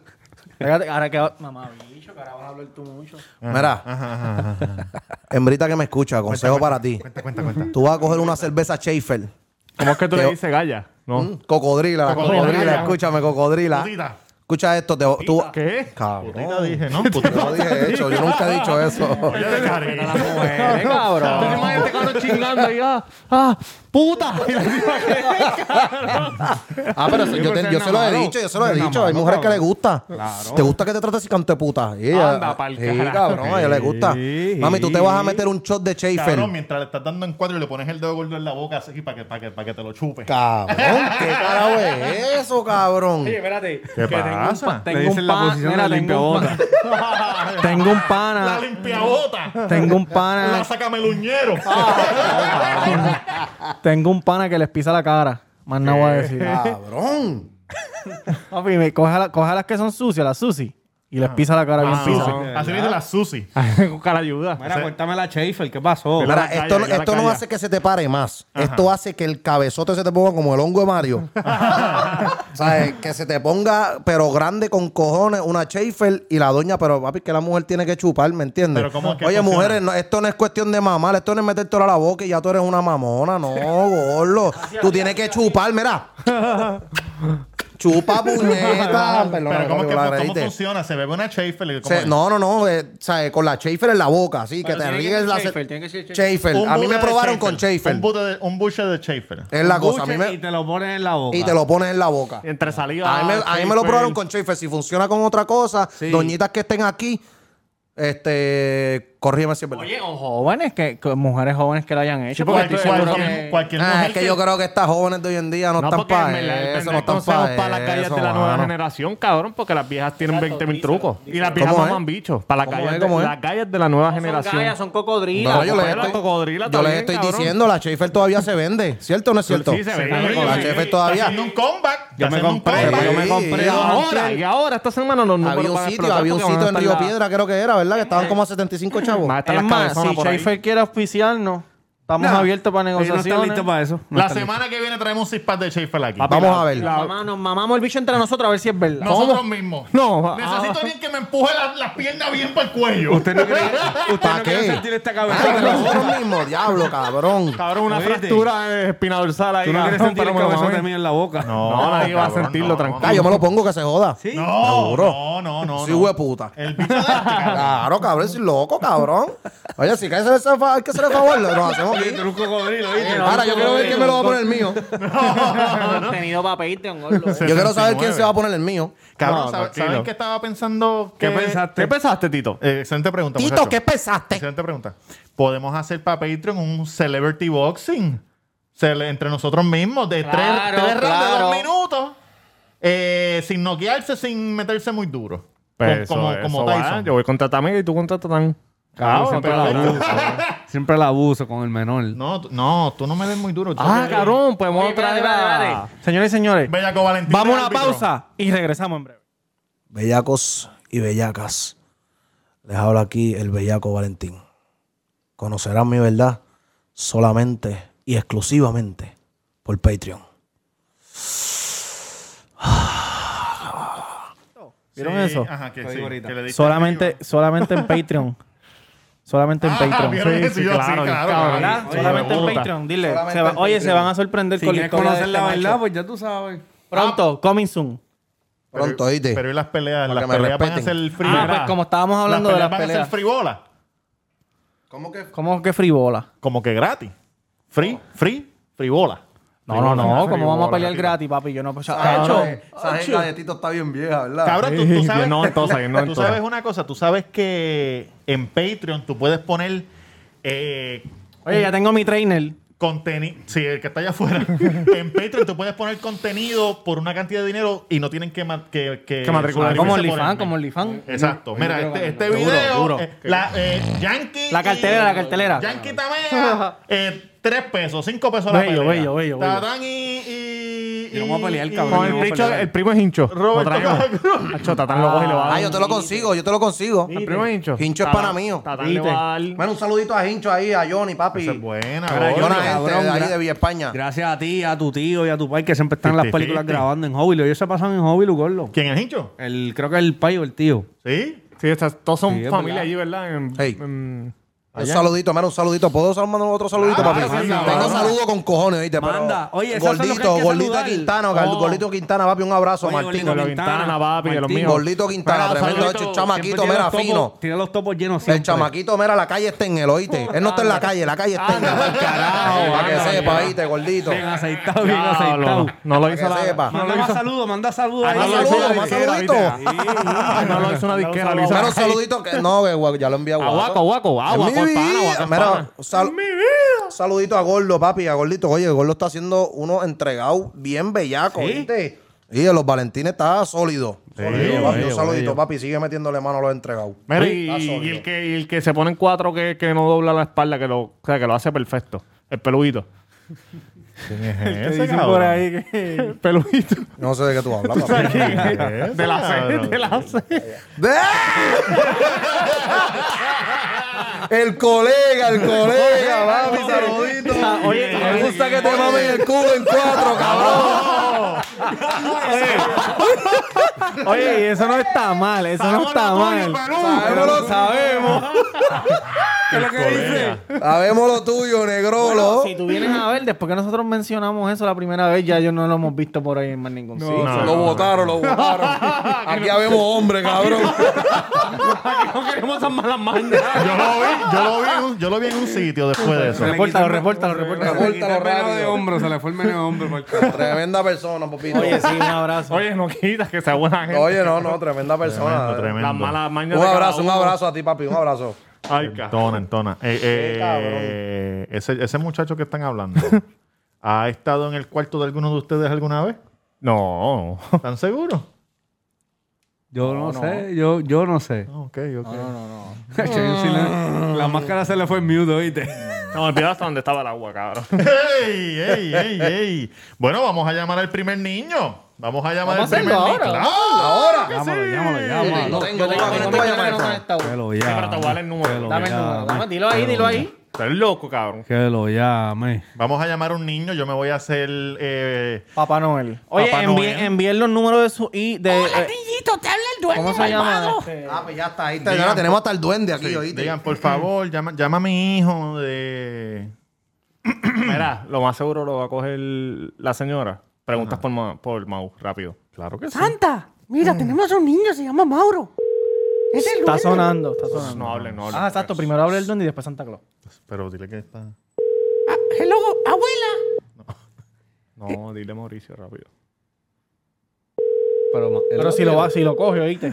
Speaker 6: Fíjate, ahora que... va- Mamá, bicho, que ahora vas a hablar tú mucho.
Speaker 3: Mira, (laughs) hembrita que me escucha, consejo para ti.
Speaker 8: cuenta, cuenta, cuenta.
Speaker 3: Tú vas a coger una cerveza Schaefer.
Speaker 1: ¿Cómo es que tú le
Speaker 3: Teo-
Speaker 1: dices galla? No.
Speaker 3: Mm, Cocodrila,
Speaker 8: Cocodrila.
Speaker 3: cocodrila, escúchame, cocodrila.
Speaker 8: Putita.
Speaker 3: Escucha esto, te tú
Speaker 1: ¿Qué?
Speaker 3: Cabrón.
Speaker 8: Ah, Putita dije,
Speaker 3: (laughs)
Speaker 8: ¿no?
Speaker 3: Yo
Speaker 8: Putita. (laughs)
Speaker 3: no dije eso, yo nunca he dicho eso.
Speaker 8: Oye, de cari.
Speaker 6: Eh, cabrón.
Speaker 1: Imagínate cuando chingando y ah, ah, puta. (laughs)
Speaker 3: Ah, pero eso-
Speaker 5: Sí,
Speaker 3: yo,
Speaker 5: pues
Speaker 3: te-
Speaker 5: es
Speaker 3: yo se lo he
Speaker 5: enamorado.
Speaker 3: dicho, yo se lo he
Speaker 5: Es
Speaker 3: dicho. Hay
Speaker 5: enamorado,
Speaker 3: mujeres que le
Speaker 5: cabrón.
Speaker 3: gusta. ¿Te gusta que te trates cante puta? Sí,
Speaker 1: Anda, pa'l
Speaker 3: sí,
Speaker 1: carajo.
Speaker 3: cabrón, a ella le gusta.
Speaker 1: Sí.
Speaker 3: Mami, tú te vas a meter un shot de Schaefer.
Speaker 8: Cabrón, mientras le estás dando en cuatro y le pones el dedo gordo en la boca así para que, para que, para que te lo chupe.
Speaker 3: Cabrón, ¿qué carajo es eso, cabrón?
Speaker 6: Oye, espérate.
Speaker 8: ¿Qué
Speaker 6: que tengo un
Speaker 8: pasa?
Speaker 6: pa-
Speaker 9: Le
Speaker 6: Tengo
Speaker 9: dicen
Speaker 6: un
Speaker 9: la
Speaker 6: pan-
Speaker 9: posición
Speaker 6: mira,
Speaker 9: de la
Speaker 6: tengo un
Speaker 9: limpiabota.
Speaker 8: (laughs)
Speaker 6: pan- Tengo un
Speaker 8: La
Speaker 6: pana.
Speaker 8: limpiabota.
Speaker 6: Tengo un pana.
Speaker 8: La sacameluñero.
Speaker 3: Ah,
Speaker 8: (laughs)
Speaker 6: Tengo un pana que les pisa la cara. Más nada voy a decir.
Speaker 3: Cabrón.
Speaker 6: Papi, me coge, a la- coge a las que son sucias, las susi, y les pisa la cara bien
Speaker 8: Ah,
Speaker 6: sucia.
Speaker 8: no. Así le dice la Susi.
Speaker 1: Buscar ayuda.
Speaker 9: Mira, cuéntame la Schaefer, ¿qué pasó?
Speaker 1: Pero-
Speaker 3: Mira,
Speaker 1: la calla,
Speaker 3: esto, no-
Speaker 1: ya la
Speaker 3: esto no
Speaker 1: calla.
Speaker 3: hace que se te pare más. Esto hace que el cabezote se te ponga como el hongo de Mario. (laughs) o sea, eh, que se te ponga, pero grande con cojones, una Schaefer y la doña, pero papi, que la mujer tiene que chupar, ¿me entiendes?
Speaker 8: Pero ¿cómo es que
Speaker 3: Oye,
Speaker 8: funciona?
Speaker 3: mujeres, no- esto no es cuestión de mamar, esto no es meterte a la boca y ya tú eres una mamona, no, gordo. tú tienes que chupar, mira. Chupa puñeta. Perdona,
Speaker 8: Pero ¿cómo,
Speaker 3: papi,
Speaker 8: es que,
Speaker 3: la
Speaker 8: cómo
Speaker 3: agrediste.
Speaker 8: funciona? Se bebe una Schaefer. y ¿cómo
Speaker 3: Se-
Speaker 8: es?
Speaker 3: no, no, no, eh, o sea, con la Schaefer en la boca, así que te
Speaker 6: tiene que
Speaker 3: ríes
Speaker 6: ser
Speaker 3: la
Speaker 6: Schaefer,
Speaker 3: ce-
Speaker 6: tiene que ser
Speaker 3: Schaefer.
Speaker 8: Un
Speaker 3: A mí
Speaker 8: buche
Speaker 3: me
Speaker 8: de
Speaker 3: probaron con
Speaker 8: Un,
Speaker 3: Schaefer. Eh,
Speaker 8: buche de, un buche de Schaefer.
Speaker 3: Es la cosa. A mí
Speaker 9: Y
Speaker 3: me-
Speaker 9: te lo pones en la boca.
Speaker 3: y te lo pones en la boca.
Speaker 1: Entre saliva.
Speaker 3: A mí me, a mí me lo
Speaker 1: Schaefer.
Speaker 3: probaron con Schaefer. Si funciona con otra cosa, doñitas que estén aquí, este, corrígeme si es verdad.
Speaker 6: Oye, o jóvenes, que, que mujeres jóvenes que lo hayan hecho. porque
Speaker 8: Cualquier,
Speaker 6: estoy seguro
Speaker 8: cualquier-
Speaker 6: que-
Speaker 8: cualquier
Speaker 3: Ah,
Speaker 8: mujer
Speaker 3: es que yo creo que estas jóvenes de hoy en día no,
Speaker 1: No,
Speaker 3: están
Speaker 1: porque en
Speaker 3: para
Speaker 1: verdad, el
Speaker 3: eso, no
Speaker 1: pendejo
Speaker 3: están
Speaker 1: consejo
Speaker 3: para
Speaker 1: para las calles de la nueva generación, cabrón, porque las viejas tienen 20 mil trucos. Y las viejas
Speaker 3: ¿Cómo es?
Speaker 1: maman bichos. Para las
Speaker 3: ¿Cómo
Speaker 1: calles
Speaker 3: es?
Speaker 1: de-
Speaker 3: ¿Cómo es?
Speaker 1: las calles de la nueva
Speaker 6: Son gallas,
Speaker 1: generación.
Speaker 6: son cocodrilas.
Speaker 3: yo les
Speaker 1: pero la
Speaker 3: estoy,
Speaker 1: cocodrila
Speaker 3: yo les
Speaker 1: también,
Speaker 3: estoy
Speaker 1: cabrón.
Speaker 3: diciendo, la Schaefer todavía se vende, ¿cierto o no es cierto?
Speaker 1: Sí, se vende.
Speaker 8: Oye,
Speaker 3: La
Speaker 8: oye,
Speaker 3: Schaefer
Speaker 8: oye, está
Speaker 3: todavía.
Speaker 8: haciendo un comeback.
Speaker 9: Yo
Speaker 8: Está
Speaker 9: me
Speaker 8: haciendo un
Speaker 9: compré,
Speaker 8: comeback.
Speaker 9: yo me
Speaker 3: Sí.
Speaker 9: compré
Speaker 1: Y
Speaker 3: Pero
Speaker 9: dos
Speaker 1: ahora,
Speaker 9: antier.
Speaker 1: y ahora, esta semana los números
Speaker 3: Había un
Speaker 1: van a
Speaker 3: sitio,
Speaker 1: explotar
Speaker 3: había un
Speaker 1: porque van a
Speaker 3: sitio en
Speaker 1: estar
Speaker 3: Río
Speaker 1: la- Eh,
Speaker 3: Piedra, creo que era, ¿verdad? Que estaban como a 75 chavos.
Speaker 1: Van a estar
Speaker 6: Es
Speaker 1: las
Speaker 6: más,
Speaker 1: cabezonas
Speaker 6: si
Speaker 1: por ahí.
Speaker 6: Schaefer quiere auspiciarnos, estamos
Speaker 9: Nah,
Speaker 6: abiertos para
Speaker 9: Ellos no
Speaker 6: negociaciones.
Speaker 9: están listos para eso. No
Speaker 8: La
Speaker 9: están
Speaker 8: semana que viene traemos un six pack de Schaefer
Speaker 1: Ah,
Speaker 8: aquí.
Speaker 3: Vamos a ver.
Speaker 6: Nos mamamos- nos mamamos el bicho entre nosotros a ver si es verdad.
Speaker 8: Nosotros mismos.
Speaker 1: No, ah.
Speaker 8: Necesito alguien que me empuje la- las piernas bien para el cuello.
Speaker 9: Usted no quiere, usted
Speaker 3: ¿Pa'
Speaker 9: no quiere
Speaker 3: qué?
Speaker 9: sentir esta
Speaker 3: Ah,
Speaker 9: cabeza.
Speaker 3: pero nosotros mismos, diablo, cabrón.
Speaker 1: Cabrón, una
Speaker 9: Oíste.
Speaker 1: fractura de espina dorsal ahí.
Speaker 9: Tú no quieres
Speaker 1: cabrón,
Speaker 9: sentir el
Speaker 1: pero me lo
Speaker 9: cabezote
Speaker 1: mamé.
Speaker 9: mío en la boca.
Speaker 1: No, nadie va a
Speaker 8: cabrón,
Speaker 1: sentirlo,
Speaker 8: no,
Speaker 1: tranquilo.
Speaker 3: Ah, yo me lo pongo que se joda.
Speaker 9: Sí.
Speaker 8: No,
Speaker 3: Seguro.
Speaker 8: no, no, no.
Speaker 3: Sí,
Speaker 8: no.
Speaker 3: hueputa.
Speaker 8: El bicho de este,
Speaker 3: (laughs)
Speaker 8: cabrón.
Speaker 3: Claro, cabrón, soy loco, cabrón. Oye, si cae se le zafa- hay que hacerle favor, nos hacemos
Speaker 9: Oye,
Speaker 3: aquí.
Speaker 9: tú eres un cocodrilo, ¿viste?
Speaker 3: Ahora, yo quiero ver quién me lo va a poner el mío.
Speaker 6: Contenido para Patreon, gordo.
Speaker 3: Yo quiero saber quién se va a poner el mío.
Speaker 8: Cabrón,
Speaker 1: No,
Speaker 8: ¿sabe-
Speaker 1: tranquilo.
Speaker 8: ¿saben qué estaba pensando?
Speaker 9: ¿Qué
Speaker 8: que-
Speaker 9: pensaste?
Speaker 1: ¿Qué pensaste, Tito?
Speaker 8: Eh, excelente pregunta.
Speaker 3: Tito,
Speaker 8: muchacho.
Speaker 3: ¿qué pesaste?
Speaker 8: Excelente pregunta. ¿Podemos hacer para Patreon un celebrity boxing? Cele- entre nosotros mismos, de tres-
Speaker 6: Claro,
Speaker 8: tres, rounds de
Speaker 6: claro.
Speaker 8: dos minutos. Eh, sin noquearse, sin meterse muy duro.
Speaker 1: Pues
Speaker 8: Co- como
Speaker 1: eso-
Speaker 8: como
Speaker 1: eso va.
Speaker 8: Tyson.
Speaker 1: Yo voy contra Tamega y tú contra Tatán.
Speaker 5: Cabrón,
Speaker 1: Cabrón,
Speaker 5: siempre la
Speaker 1: pero-
Speaker 5: abuso. siempre la abuso con el menor.
Speaker 8: No, tú- no, tú no me des muy duro. tú
Speaker 1: Ah,
Speaker 8: eres-
Speaker 1: cabrón, pues vamos
Speaker 9: Oye,
Speaker 1: a traer
Speaker 9: espérate,
Speaker 1: a...
Speaker 9: espérate.
Speaker 6: Señores y señores,
Speaker 8: Bellaco Valentín.
Speaker 6: vamos a
Speaker 8: el
Speaker 6: una
Speaker 8: árbitro.
Speaker 6: pausa y regresamos en breve.
Speaker 3: Bellacos y bellacas. Les habla aquí el bellaco Valentín. Conocerán mi verdad solamente y exclusivamente por Patreon.
Speaker 6: ¿Vieron
Speaker 8: Sí,
Speaker 6: eso?
Speaker 8: Ajá, que
Speaker 9: Lo
Speaker 8: sí,
Speaker 9: digo ahorita.
Speaker 8: que le diste
Speaker 6: Solamente,
Speaker 8: arriba.
Speaker 6: solamente en Patreon. Solamente en
Speaker 8: Ah,
Speaker 6: Patreon.
Speaker 8: ¿vieron
Speaker 6: Sí,
Speaker 8: eso?
Speaker 6: sí,
Speaker 8: Yo,
Speaker 6: claro.
Speaker 8: sí, claro,
Speaker 6: ¿Verdad?
Speaker 8: claro.
Speaker 9: Oye,
Speaker 6: Solamente en
Speaker 1: puta.
Speaker 6: Patreon, dile.
Speaker 9: Solamente
Speaker 6: Se va-
Speaker 9: en
Speaker 6: oye,
Speaker 9: Patreon.
Speaker 6: se van a sorprender
Speaker 9: Si
Speaker 6: con la
Speaker 9: quieres
Speaker 6: historia
Speaker 9: conocer
Speaker 6: de
Speaker 9: la
Speaker 6: este
Speaker 9: verdad,
Speaker 6: macho.
Speaker 9: pues ya tú sabes.
Speaker 6: Pronto, coming soon.
Speaker 3: Pronto, oíste.
Speaker 8: Pero y las peleas,
Speaker 3: Para
Speaker 8: las
Speaker 3: que me
Speaker 8: peleas van a
Speaker 3: respeten.
Speaker 8: ser
Speaker 6: Ah, pues
Speaker 8: frivolas.
Speaker 6: como estábamos hablando de las
Speaker 8: van a
Speaker 6: peleas.
Speaker 8: ser frivolas.
Speaker 3: ¿Cómo que?
Speaker 6: ¿Cómo que frivola?
Speaker 8: Como que gratis. Free, free, frivola.
Speaker 6: No, no, no.
Speaker 1: Frivola,
Speaker 6: ¿Cómo vamos a
Speaker 1: frivola,
Speaker 6: pelear
Speaker 1: tío.
Speaker 6: gratis, papi? Yo no...
Speaker 3: Ah,
Speaker 6: Cacho.
Speaker 3: Esa jeta de Tito está bien vieja, ¿verdad?
Speaker 8: Cabrón, tú, tú
Speaker 6: (laughs)
Speaker 8: sabes, (laughs)
Speaker 1: No, entonces, no,
Speaker 8: tú
Speaker 1: entonces.
Speaker 8: sabes una cosa, tú sabes que en Patreon tú puedes poner eh,
Speaker 6: Oye, ya tengo mi trainer.
Speaker 8: contenido. Sí, el que está allá
Speaker 6: (laughs)
Speaker 8: afuera. en Patreon tú puedes poner contenido por una cantidad de dinero y no tienen que, ma- que, que,
Speaker 1: Que matricular.
Speaker 6: Como
Speaker 8: suscribirse por
Speaker 6: OnlyFans,
Speaker 8: el
Speaker 6: como
Speaker 8: mes.
Speaker 6: OnlyFans.
Speaker 8: Exacto. Mira, este, este
Speaker 6: Duro,
Speaker 8: video.
Speaker 6: duro.
Speaker 8: eh, la, eh, Yankee.
Speaker 6: La cartelera, la cartelera.
Speaker 8: Yankee Tamea. eh, tres pesos, cinco pesos la
Speaker 6: Bello,
Speaker 8: pelea.
Speaker 6: bello, bello, bello.
Speaker 8: Tatán y. y,
Speaker 9: Y no vamos a pelear,
Speaker 8: y-
Speaker 9: cabrón.
Speaker 1: Con el, bicho- el primo es hincho.
Speaker 8: Roberto
Speaker 1: Lo traemos. (laughs) Hacho, Tatán lo coge y lo va a
Speaker 3: Ah,
Speaker 1: dar.
Speaker 3: yo te lo consigo, yo te lo consigo.
Speaker 1: El primo es hincho.
Speaker 3: Hincho es
Speaker 1: Tatán-
Speaker 3: pana mío.
Speaker 1: Tatán le va a dar.
Speaker 3: Bueno, un saludito a Hincho ahí, a Johnny, papi.
Speaker 8: Esa es buena,
Speaker 3: Pero hay
Speaker 8: Johnny,
Speaker 3: una gente
Speaker 5: cabrón,
Speaker 3: de ahí
Speaker 5: gra-
Speaker 3: de Villa España.
Speaker 5: Gracias a ti, a tu tío y a tu pai que siempre están en las
Speaker 8: Fifty,
Speaker 5: películas
Speaker 8: fifty.
Speaker 5: grabando en Hobby. Ellos se pasan en Hobby, Gordo.
Speaker 8: ¿Quién es Hincho?
Speaker 5: El, creo que el pai o el tío.
Speaker 8: Sí.
Speaker 1: Sí, estas- todos son
Speaker 5: Sí, es
Speaker 1: familia
Speaker 5: verdad.
Speaker 1: allí, ¿verdad? En-
Speaker 3: Hey.
Speaker 1: en-
Speaker 3: Un saludito, mira, un saludito. ¿Puedo sal- mandar otro saludito,
Speaker 8: Claro,
Speaker 3: papi?
Speaker 8: sí,
Speaker 3: Tengo
Speaker 8: cabrón.
Speaker 3: saludo con cojones, ¿viste? Pero
Speaker 5: Manda. Oye, esos son los que hay
Speaker 3: Gordito,
Speaker 5: que
Speaker 3: Gordito
Speaker 5: saludar.
Speaker 3: Quintana,
Speaker 5: Oh.
Speaker 3: Gordito Quintana, papi, un abrazo,
Speaker 5: Oye,
Speaker 3: Martín.
Speaker 1: de los Quintana, papi, de los
Speaker 5: Martín.
Speaker 1: míos.
Speaker 3: Gordito Quintana,
Speaker 5: Mira,
Speaker 3: tremendo
Speaker 5: saludito.
Speaker 3: hecho, el chamaquito,
Speaker 5: Siempre tiene
Speaker 3: mira,
Speaker 5: los
Speaker 3: fino.
Speaker 5: topos- Tiene los topos llenos
Speaker 3: El
Speaker 5: siempre.
Speaker 3: chamaquito, mira, la calle está en el, oíste. Él no está en la calle, la calle está en
Speaker 5: Anda,
Speaker 3: el.
Speaker 5: pa'l carajo,
Speaker 3: Para que
Speaker 5: anda,
Speaker 3: sepa,
Speaker 5: mira.
Speaker 3: oíste, gordito.
Speaker 5: Bien aceitado, bien
Speaker 1: Diablo,
Speaker 5: aceitado.
Speaker 1: No lo
Speaker 3: Para
Speaker 1: hizo
Speaker 3: que sepa.
Speaker 1: la...
Speaker 5: Manda más saludos, manda saludos.
Speaker 3: Ah,
Speaker 5: ahí.
Speaker 3: más
Speaker 1: lo hizo
Speaker 3: saludos,
Speaker 1: la
Speaker 3: más
Speaker 1: disquera,
Speaker 3: saluditos.
Speaker 1: ¿viste? No lo hizo (laughs) una disquera, lo hizo
Speaker 3: Mira, un saludito que. No, que guaco, ya lo envía a Guaco.
Speaker 1: Aguaco, aguaco,
Speaker 3: En
Speaker 1: aguaco,
Speaker 3: mi
Speaker 1: es pana,
Speaker 3: vida.
Speaker 1: aguaco, es
Speaker 3: Mira,
Speaker 1: pana.
Speaker 3: un sal- un saludito a Gordo, papi, a Gordito. Oye, Gordo está haciendo uno entregado bien bellaco, ¿viste? Y de los Valentines está sólido. Sólido, papi. un saludito, papi. Sigue metiéndole mano a los entregados.
Speaker 1: Mira,
Speaker 3: Sí, está
Speaker 1: y, y
Speaker 3: sólido.
Speaker 1: el que, y el que se pone en cuatro que, que no dobla la espalda, que lo, o sea, que lo hace perfecto. El peludito.
Speaker 8: ¿Quién
Speaker 1: (laughs)
Speaker 8: es ese,
Speaker 6: Dicen
Speaker 8: cabrón?
Speaker 6: por ahí que...
Speaker 1: El (laughs) peludito.
Speaker 3: No sé de qué tú
Speaker 1: (laughs)
Speaker 3: hablas, papi.
Speaker 1: de la C, de la C.
Speaker 3: el colega, el colega, papi, saludito.
Speaker 6: Oye,
Speaker 3: Me gusta que te mamen el culo en cuatro, cabrón.
Speaker 6: Oye, y eso no está mal, eso no está mal.
Speaker 3: Sabemos lo,
Speaker 9: ¿Qué es lo que dice?
Speaker 3: sabemos lo tuyo, negrolo.
Speaker 6: Si tú vienes a ver, después que nosotros mencionamos eso la primera vez, ya ellos no lo hemos visto por ahí en más ningún sitio.
Speaker 1: No,
Speaker 3: Lo votaron, lo
Speaker 6: (laughs)
Speaker 3: votaron. Aquí habemos hombre, cabrón.
Speaker 1: no queremos esas malas mañas.
Speaker 8: Yo lo vi, yo lo vi, en un- yo lo vi en un sitio después de
Speaker 1: (laughs)
Speaker 8: eso.
Speaker 6: Repórtalo, repórtalo, repórtalo.
Speaker 3: Repórtalo
Speaker 9: Quita el veneno
Speaker 3: rápido.
Speaker 9: de hombro, se le fue el meneo de hombro. por favor.
Speaker 3: Tremenda persona, Popito.
Speaker 6: Oye, sí, un abrazo.
Speaker 1: Oye, no quitas que sea buena gente.
Speaker 3: Oye, no, no,
Speaker 8: Tremendo,
Speaker 3: tremenda persona.
Speaker 8: tremendo.
Speaker 1: Las malas mañas.
Speaker 3: Un
Speaker 1: de cada
Speaker 3: abrazo, un
Speaker 1: uno.
Speaker 3: abrazo a ti, papi, un abrazo.
Speaker 1: Ay, ca-
Speaker 8: Entona, entona. Eh, eh, ese, ese muchacho que están hablando, (laughs) ¿ha estado en el cuarto de alguno de ustedes alguna vez?
Speaker 1: No.
Speaker 8: ¿Están seguros?
Speaker 5: Yo no, sé, yo, yo no sé.
Speaker 8: Ah, Ok, ok.
Speaker 5: (laughs) Yo sí le- la máscara se le fue en mute,
Speaker 9: (laughs)
Speaker 5: oíste.
Speaker 1: No, me olvidé hasta dónde estaba el agua, cabrón.
Speaker 8: (laughs) ¡Ey, ey, ey, ey! Bueno, vamos a llamar al primer niño. Vamos a llamar
Speaker 6: Vamos
Speaker 8: al
Speaker 6: a
Speaker 8: primer niño.
Speaker 6: hacerlo ahora.
Speaker 8: ¡Claro!
Speaker 3: Ahora.
Speaker 5: Llámalo, llámalo,
Speaker 3: Sí,
Speaker 5: llámalo.
Speaker 3: tengo, tengo, tengo, tengo, tengo, tengo.
Speaker 5: Que
Speaker 6: Dame
Speaker 5: lo
Speaker 1: Sí, pero te voy a dar
Speaker 5: llame.
Speaker 1: el número.
Speaker 5: que lo
Speaker 6: el número, dame,
Speaker 5: llame,
Speaker 6: dilo ahí, dilo ahí.
Speaker 1: Estás loco,
Speaker 5: (clears throat)
Speaker 1: cabrón.
Speaker 5: Que lo llame.
Speaker 8: Vamos a llamar a un niño. Yo me voy a hacer... eh,
Speaker 6: Papá Noel. Oye,
Speaker 8: Papá
Speaker 6: envíen,
Speaker 8: Noel.
Speaker 6: envíen los números de su y de. eh, ¿Cómo se llama? este?
Speaker 3: Ah, pues ya está, ahí está.
Speaker 8: Digan-
Speaker 3: Ahora tenemos hasta el duende aquí,
Speaker 8: sí,
Speaker 3: oíste.
Speaker 8: digan, por favor, llama, llama a mi hijo de...
Speaker 1: Mira, lo más seguro lo va a coger la señora. Preguntas por, Ma- por Mau, rápido. Ah,
Speaker 8: Claro que sí.
Speaker 11: Santa, mira, tenemos un niño, se llama Mauro. Es el
Speaker 6: Está
Speaker 11: duende.
Speaker 6: sonando, está sonando.
Speaker 1: No hablen, no hablen.
Speaker 6: Ah, exacto. Primero habla el duende y después Santa Claus.
Speaker 8: Pero dile que está...
Speaker 11: Ah, hello, abuela.
Speaker 1: No, dile Mauricio rápido.
Speaker 5: Pero, ma-
Speaker 6: Pero si lo, va, si lo coge, oíste.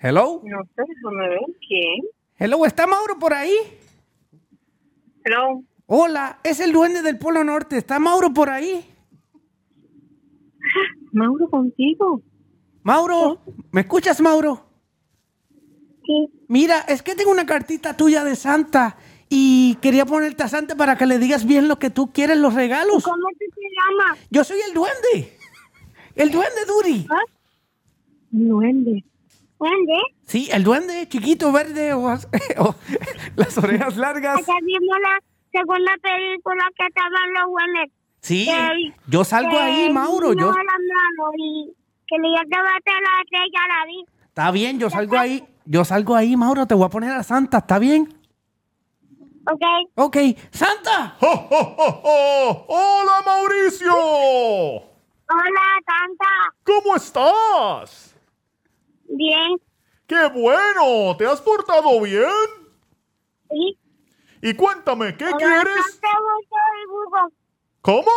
Speaker 5: Hello.
Speaker 4: No sé, déjame ver quién.
Speaker 11: Hello, ¿está Mauro por ahí?
Speaker 4: Hello.
Speaker 11: Hola, es el duende del Polo Norte, ¿está Mauro por ahí?
Speaker 4: (gasps) Mauro contigo.
Speaker 11: Mauro, ¿me escuchas, Mauro? Mira, es que tengo una cartita tuya de Santa y quería ponerte a Santa para que le digas bien lo que tú quieres, los regalos.
Speaker 4: ¿Cómo tú te llamas?
Speaker 11: Yo soy el duende. El duende Duri.
Speaker 4: Duende. ¿Duende?
Speaker 11: Sí, el duende, chiquito, verde, ojos- (laughs) o- las orejas largas.
Speaker 4: Acá vimos la segunda película que estaban los duendes.
Speaker 11: Sí, yo salgo ahí, Mauro.
Speaker 4: No,
Speaker 11: Yo,
Speaker 4: la mano y que le iba a bater la estrella, la vi.
Speaker 11: está bien, yo salgo ahí. Yo salgo ahí, Mauro. Te voy a poner a Santa, ¿está bien?
Speaker 4: ¿Ok?
Speaker 11: Ok, Santa.
Speaker 9: ¡Oh, oh, oh, oh! ¡Hola, Mauricio!
Speaker 4: Hola, Santa.
Speaker 9: ¿Cómo estás?
Speaker 4: Bien.
Speaker 9: ¡Qué bueno! ¿Te has portado bien?
Speaker 4: Sí.
Speaker 9: Y cuéntame, ¿qué
Speaker 4: Hola,
Speaker 9: quieres?
Speaker 4: Santa, soy Hugo.
Speaker 9: ¿Cómo?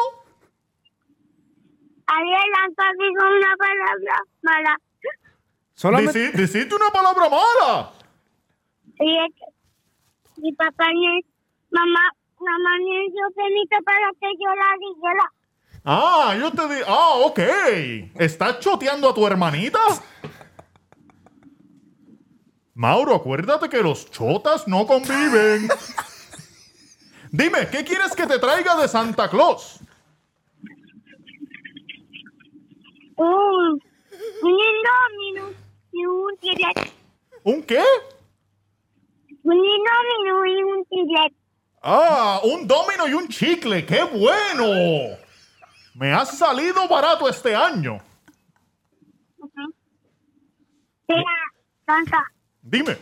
Speaker 4: Ayer Santa dijo una palabra mala.
Speaker 6: Solamente.
Speaker 9: Dici- Dijiste una palabra mala.
Speaker 4: Y es que mi papá ni mamá, mamá ni yo permito para que yo la dijera.
Speaker 9: Ah, yo te di. Ah, ok. ¿Estás choteando a tu hermanita? Mauro, acuérdate que los chotas no conviven. Dime, ¿qué quieres que te traiga de Santa Claus?
Speaker 4: Un, un indómino y un tigre.
Speaker 9: ¿Un qué?
Speaker 4: Un indómino y un tigre.
Speaker 9: Ah, un domino y un chicle. ¡Qué bueno! Me has salido barato este año.
Speaker 4: Mira, Santa,
Speaker 9: Dime.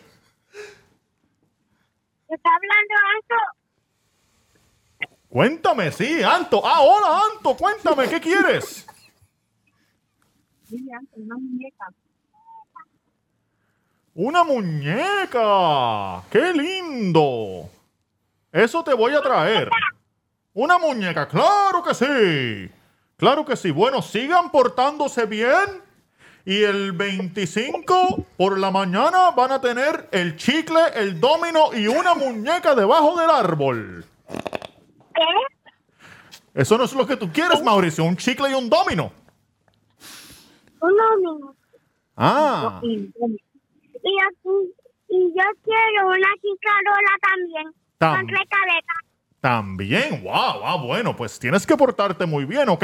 Speaker 4: ¿te está hablando alto?
Speaker 9: Cuéntame, sí, Anto. Ah, hola, Anto. Cuéntame, ¿qué quieres?
Speaker 4: Mira, una muñeca.
Speaker 9: Una muñeca. ¡Qué lindo! Eso te voy a traer. Una muñeca, claro que sí. Claro que sí. Bueno, sigan portándose bien. Y el 25 por la mañana van a tener el chicle, el domino y una muñeca debajo del árbol.
Speaker 4: ¿Qué?
Speaker 9: Eso no es lo que tú quieres, Mauricio. Un chicle y un domino.
Speaker 4: Un indómino.
Speaker 9: Ah.
Speaker 4: Y yo, y yo quiero una chicarola también.
Speaker 9: Tam-
Speaker 4: Con tres cabezas.
Speaker 9: También, wow, ah, bueno, pues tienes que portarte muy bien, ¿ok?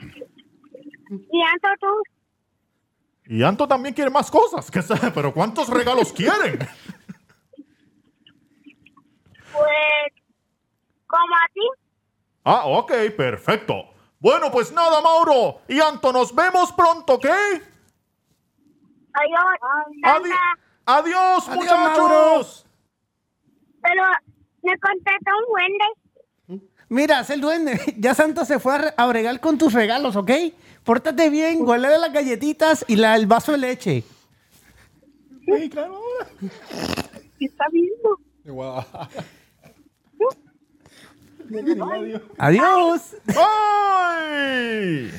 Speaker 4: Y Anto, tú,
Speaker 9: Y Anto también quiere más cosas, ¿qué sé? Pero ¿cuántos regalos (laughs) quieren?
Speaker 4: pues, como a ti.
Speaker 9: Ah, ok, perfecto. Bueno, pues nada, Mauro y Anto, nos vemos pronto, ¿ok?
Speaker 4: Adiós.
Speaker 9: Adi-
Speaker 4: Santa,
Speaker 9: adiós, muchachos.
Speaker 4: pero me contestó un duende.
Speaker 11: Mira, es el duende. (laughs) Ya Santa se fue a, re- a bregar con tus regalos, ¿ok? Pórtate bien, huele de las galletitas y la, el vaso de leche.
Speaker 4: ¿Qué está viendo?
Speaker 11: Adiós.
Speaker 9: ¡Ay!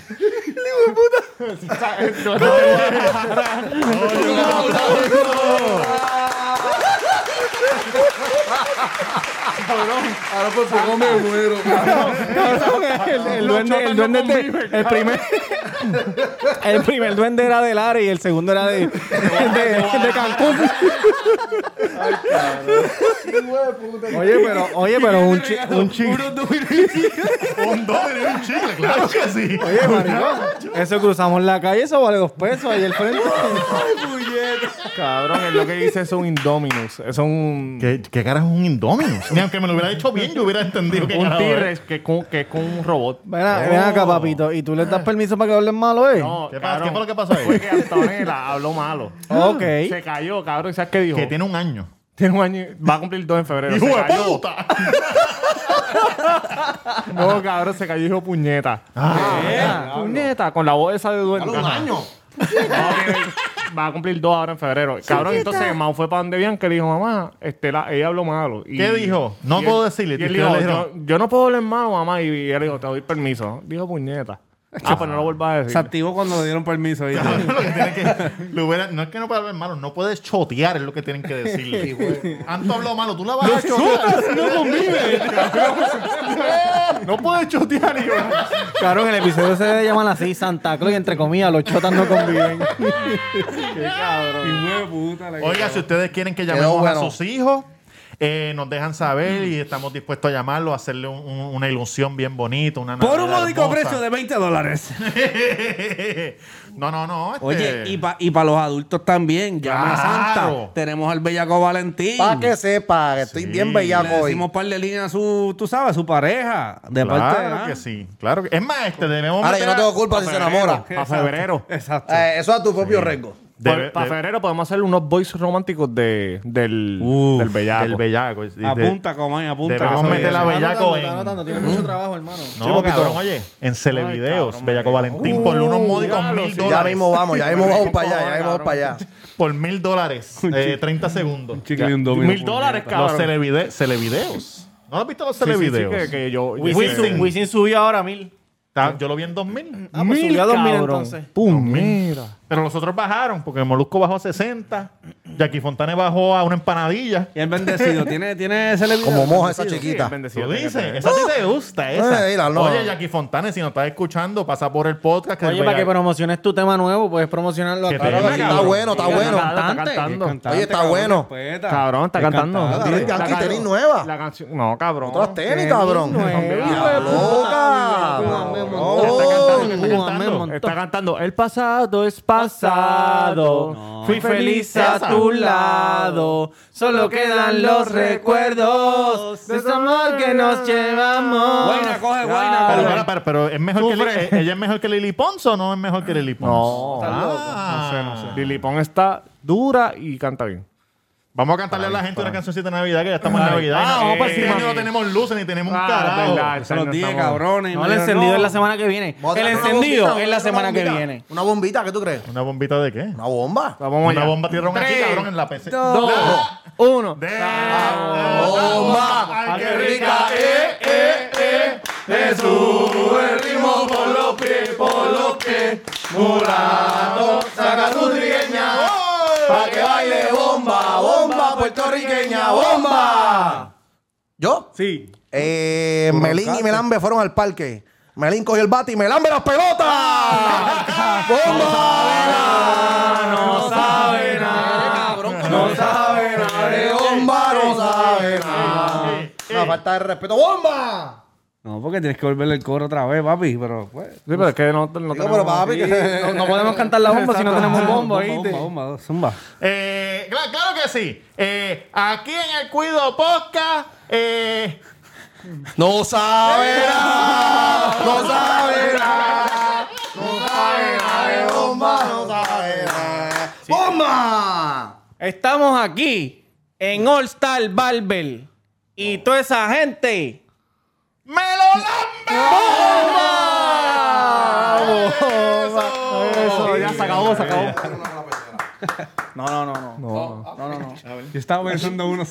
Speaker 2: Ahora por poco me muero.
Speaker 6: el, el duende, el duende te- el primer el primer duende era del área y el segundo era de, de, de Cancún oye pero oye pero un, chi- un chi-
Speaker 9: Un dólar y un chicle, claro que sí.
Speaker 6: oye maricón eso cruzamos la calle eso vale dos pesos ahí al frente
Speaker 1: Cabrón, es lo que dice es un Indominus. Es un.
Speaker 9: ¿Qué, qué carajo es un Indominus? Ni aunque me lo hubiera hecho bien, yo hubiera entendido que
Speaker 1: Un T-Rex que, con- que es con un robot.
Speaker 6: ven, a- ven acá papito y tú le das permiso para que hablen malo eh
Speaker 1: No,
Speaker 9: ¿Qué, pasa?
Speaker 1: cabrón,
Speaker 9: Oh. ¿Qué fue lo que pasó
Speaker 1: Fue
Speaker 9: ahí?
Speaker 1: que Antonella habló malo.
Speaker 6: ok
Speaker 1: Se cayó, cabrón. ¿Sabes qué dijo?
Speaker 9: Que tiene un año.
Speaker 1: Tiene un año. y- Va a cumplir dos en febrero.
Speaker 9: ¡Hijo
Speaker 1: se
Speaker 9: de
Speaker 1: cayó.
Speaker 9: (laughs) puta!
Speaker 1: No, cabrón, se cayó, hijo puñeta. Ah, puñeta, con la voz esa de duende.
Speaker 2: Un
Speaker 1: Ajá.
Speaker 2: año.
Speaker 1: No, tiene- va a cumplir dos ahora en febrero. Cabrón, entonces Mau fue para donde Bianca y le dijo, mamá, este, la- ella habló malo. Y-
Speaker 9: ¿Qué dijo? No
Speaker 1: y él-
Speaker 9: puedo decirle,
Speaker 1: y él
Speaker 9: ¿qué
Speaker 1: dijo,
Speaker 9: le
Speaker 1: yo,
Speaker 9: dijo?
Speaker 1: yo no puedo hablar malo, mamá. Y, él dijo, te doy permiso. Dijo puñeta. Ah, pues no lo vuelvas a decir.
Speaker 9: Se activó cuando le dieron permiso. ahí.
Speaker 8: Lo que tienen que- le hubiera- no es que no pueda hablar malo, no puedes chotear, es lo que tienen que decirle. Anto habló malo, tú la vas a chotear.
Speaker 1: no
Speaker 9: (laughs)
Speaker 1: convive. no puedes chotear. Y yo,
Speaker 6: Claro, el episodio se llaman así, Santa Claus, y entre comillas, los chotas no conviven.
Speaker 9: Hijo de puta, la que-
Speaker 8: Oiga, si ustedes quieren que
Speaker 3: Quedó
Speaker 8: llamemos
Speaker 3: bueno.
Speaker 8: a sus hijos, eh, nos dejan saber y estamos dispuestos a llamarlo, a hacerle un- un- una ilusión bien bonita. Una
Speaker 9: Por un
Speaker 8: Navidad
Speaker 9: módico
Speaker 8: hermosa.
Speaker 9: precio de 20 dólares.
Speaker 8: (laughs) no, no, no. este-
Speaker 9: Oye, y para y pa los adultos también. Llama a
Speaker 8: Claro.
Speaker 9: Santa. Tenemos al bellaco Valentín.
Speaker 3: Para que sepa que estoy
Speaker 8: Sí.
Speaker 3: bien
Speaker 9: Le
Speaker 3: bellaco hoy.
Speaker 9: decimos un par de líneas a su, tú sabes, a su pareja. De parte de
Speaker 8: Claro
Speaker 9: la-
Speaker 8: que sí. Claro que... Es más, este debemos.
Speaker 3: ¿ah? Ahora, yo
Speaker 8: meter
Speaker 3: no
Speaker 8: a-
Speaker 3: tengo culpa si se enamora.
Speaker 1: Para febrero.
Speaker 9: Exacto.
Speaker 3: Eh, eso es a tu propio riesgo.
Speaker 8: Debe-
Speaker 1: para
Speaker 8: de-
Speaker 1: febrero podemos hacer unos voices románticos de, del,
Speaker 9: Uf,
Speaker 1: del bellaco.
Speaker 8: del bellaco. y de-
Speaker 9: apunta, Comay, apunta.
Speaker 8: debemos
Speaker 9: Eso
Speaker 8: meter
Speaker 9: es.
Speaker 8: la bellaco en.
Speaker 6: Tienes mucho trabajo, hermano.
Speaker 8: No, cabrón, oye, en Celevideos, Bellaco Valentín, por unos módicos mil
Speaker 3: Ya
Speaker 8: dólares.
Speaker 3: mismo vamos, ya mismo vamos para allá, ya mismo vamos para allá.
Speaker 8: Por
Speaker 9: (laughs)
Speaker 8: mil dólares, eh, 30 segundos.
Speaker 9: chicle y un domino
Speaker 1: Mil
Speaker 9: por
Speaker 1: dólares,
Speaker 8: Los
Speaker 1: cabrón.
Speaker 8: celevide- Celevideos. ¿No lo has visto los
Speaker 1: Sí, sí, sí,
Speaker 8: Celevideos?
Speaker 1: que, que yo, yo-
Speaker 6: Wisin, Wisin subió ahora a mil.
Speaker 8: Está- Yo lo vi en
Speaker 1: Mm,
Speaker 8: 2000.
Speaker 6: Ah, pues subió a dos mil entonces.
Speaker 1: Pum, mira.
Speaker 8: Pero los otros bajaron, porque Molusco bajó a 60, Jackie Fontane bajó a una empanadilla.
Speaker 9: Y es
Speaker 8: (laughs)
Speaker 9: bendecido. tiene, tiene celebridad.
Speaker 3: Como moja esa
Speaker 1: Sí,
Speaker 3: chiquita.
Speaker 1: bendecido
Speaker 8: Lo
Speaker 1: tenga que Uh.
Speaker 8: dice,
Speaker 1: tener.
Speaker 8: esa a ti te gusta, esa.
Speaker 3: Eh, mira, no.
Speaker 8: Oye, Jackie Fontane, si nos estás escuchando, pasa por el podcast. Que
Speaker 6: Oye,
Speaker 8: el
Speaker 6: para que
Speaker 8: Bellaco-
Speaker 6: promociones tu tema nuevo, puedes promocionarlo
Speaker 8: Que
Speaker 6: acá.
Speaker 8: te-
Speaker 3: Claro, Está bueno, está bueno.
Speaker 1: Está
Speaker 6: Cantante.
Speaker 1: cantando.
Speaker 3: Oye, está bueno.
Speaker 5: pues,
Speaker 1: Cabrón, está cantando.
Speaker 3: Tiene
Speaker 1: La
Speaker 3: aquí
Speaker 1: canción-
Speaker 3: tenis nueva.
Speaker 1: La canción. No, cabrón.
Speaker 3: Otras tenis, cabrón.
Speaker 1: nueva.
Speaker 3: Loca.
Speaker 1: Está cantando. Está cantando. El pasado es pasado. Fui feliz a
Speaker 8: Esa.
Speaker 1: tu lado. Solo quedan los recuerdos de ese amor que nos llevamos.
Speaker 9: Guayna, coge guayna,
Speaker 8: Pero,
Speaker 9: coge.
Speaker 8: pero, pero, pero, ¿es mejor que Li- eh, ¿ella es mejor que Lili Pons o no es mejor que Lili Pons?
Speaker 1: No. Está
Speaker 8: Ah.
Speaker 1: Lili Pon está dura y canta bien.
Speaker 8: Vamos a cantarle a la gente una cancioncita de Navidad que ya estamos en Navidad.
Speaker 1: Ah, vamos para
Speaker 8: este
Speaker 1: encima.
Speaker 8: año no tenemos luces ni tenemos un
Speaker 1: Ah,
Speaker 8: carajo.
Speaker 1: verdad,
Speaker 9: Se los
Speaker 1: no
Speaker 9: dije,
Speaker 1: estamos-
Speaker 9: cabrones. y
Speaker 6: No,
Speaker 9: me
Speaker 6: el
Speaker 9: dijeron,
Speaker 6: encendido
Speaker 9: no.
Speaker 6: es la semana que viene.
Speaker 3: Vamos a
Speaker 6: El
Speaker 3: traer una
Speaker 6: encendido
Speaker 3: bombita,
Speaker 6: es la
Speaker 3: una
Speaker 6: semana que
Speaker 3: bombita.
Speaker 6: viene.
Speaker 3: Una bombita, ¿qué tú crees?
Speaker 8: ¿Una bombita de qué?
Speaker 3: Una bomba.
Speaker 1: Vamos
Speaker 8: una
Speaker 1: allá.
Speaker 8: bomba tiraron aquí,
Speaker 1: Tres,
Speaker 8: cabrón, en la PC.
Speaker 1: Dos, uno.
Speaker 8: De la bomba, ay qué rica, eh, eh, eh, le sube el ritmo por los pies, por los pies, mulato, saca tu trigueña, pa' que baile bomba, bomba, puertorriqueña, bomba.
Speaker 3: ¿Yo?
Speaker 9: Sí.
Speaker 3: Eh, Melín y Melambe fueron al parque. Melín cogió el bate y Melambe las (laughs) pelotas. ¡Bomba!
Speaker 1: No sabe
Speaker 3: No sabe nada de bomba, no sabe
Speaker 8: Ey,
Speaker 3: nada.
Speaker 8: ey.
Speaker 3: Una falta de respeto. ¡Bomba!
Speaker 9: No, porque tienes que volverle el coro otra vez, papi. Pero, pues.
Speaker 1: Sí, pero es que no, no
Speaker 3: Digo,
Speaker 1: tenemos-
Speaker 3: pero papi, que-
Speaker 6: No, no podemos cantar la bomba si no tenemos un bombo, ¿oíste?
Speaker 9: Bomba, bomba, bomba, zumba.
Speaker 8: Eh, cla- claro, que sí. Eh, aquí en el Cuido Podcast. eh,
Speaker 3: No sabe nada, no sabe nada, no sabe nada de bomba, no sabe nada. ¡Bomba!
Speaker 6: Estamos aquí en All Star Barber y toda esa gente.
Speaker 8: ¡Me lo lambe!
Speaker 1: Eso, ya se acabó, se acabó.
Speaker 6: No, no, no, no.
Speaker 9: Yo estaba pensando uno.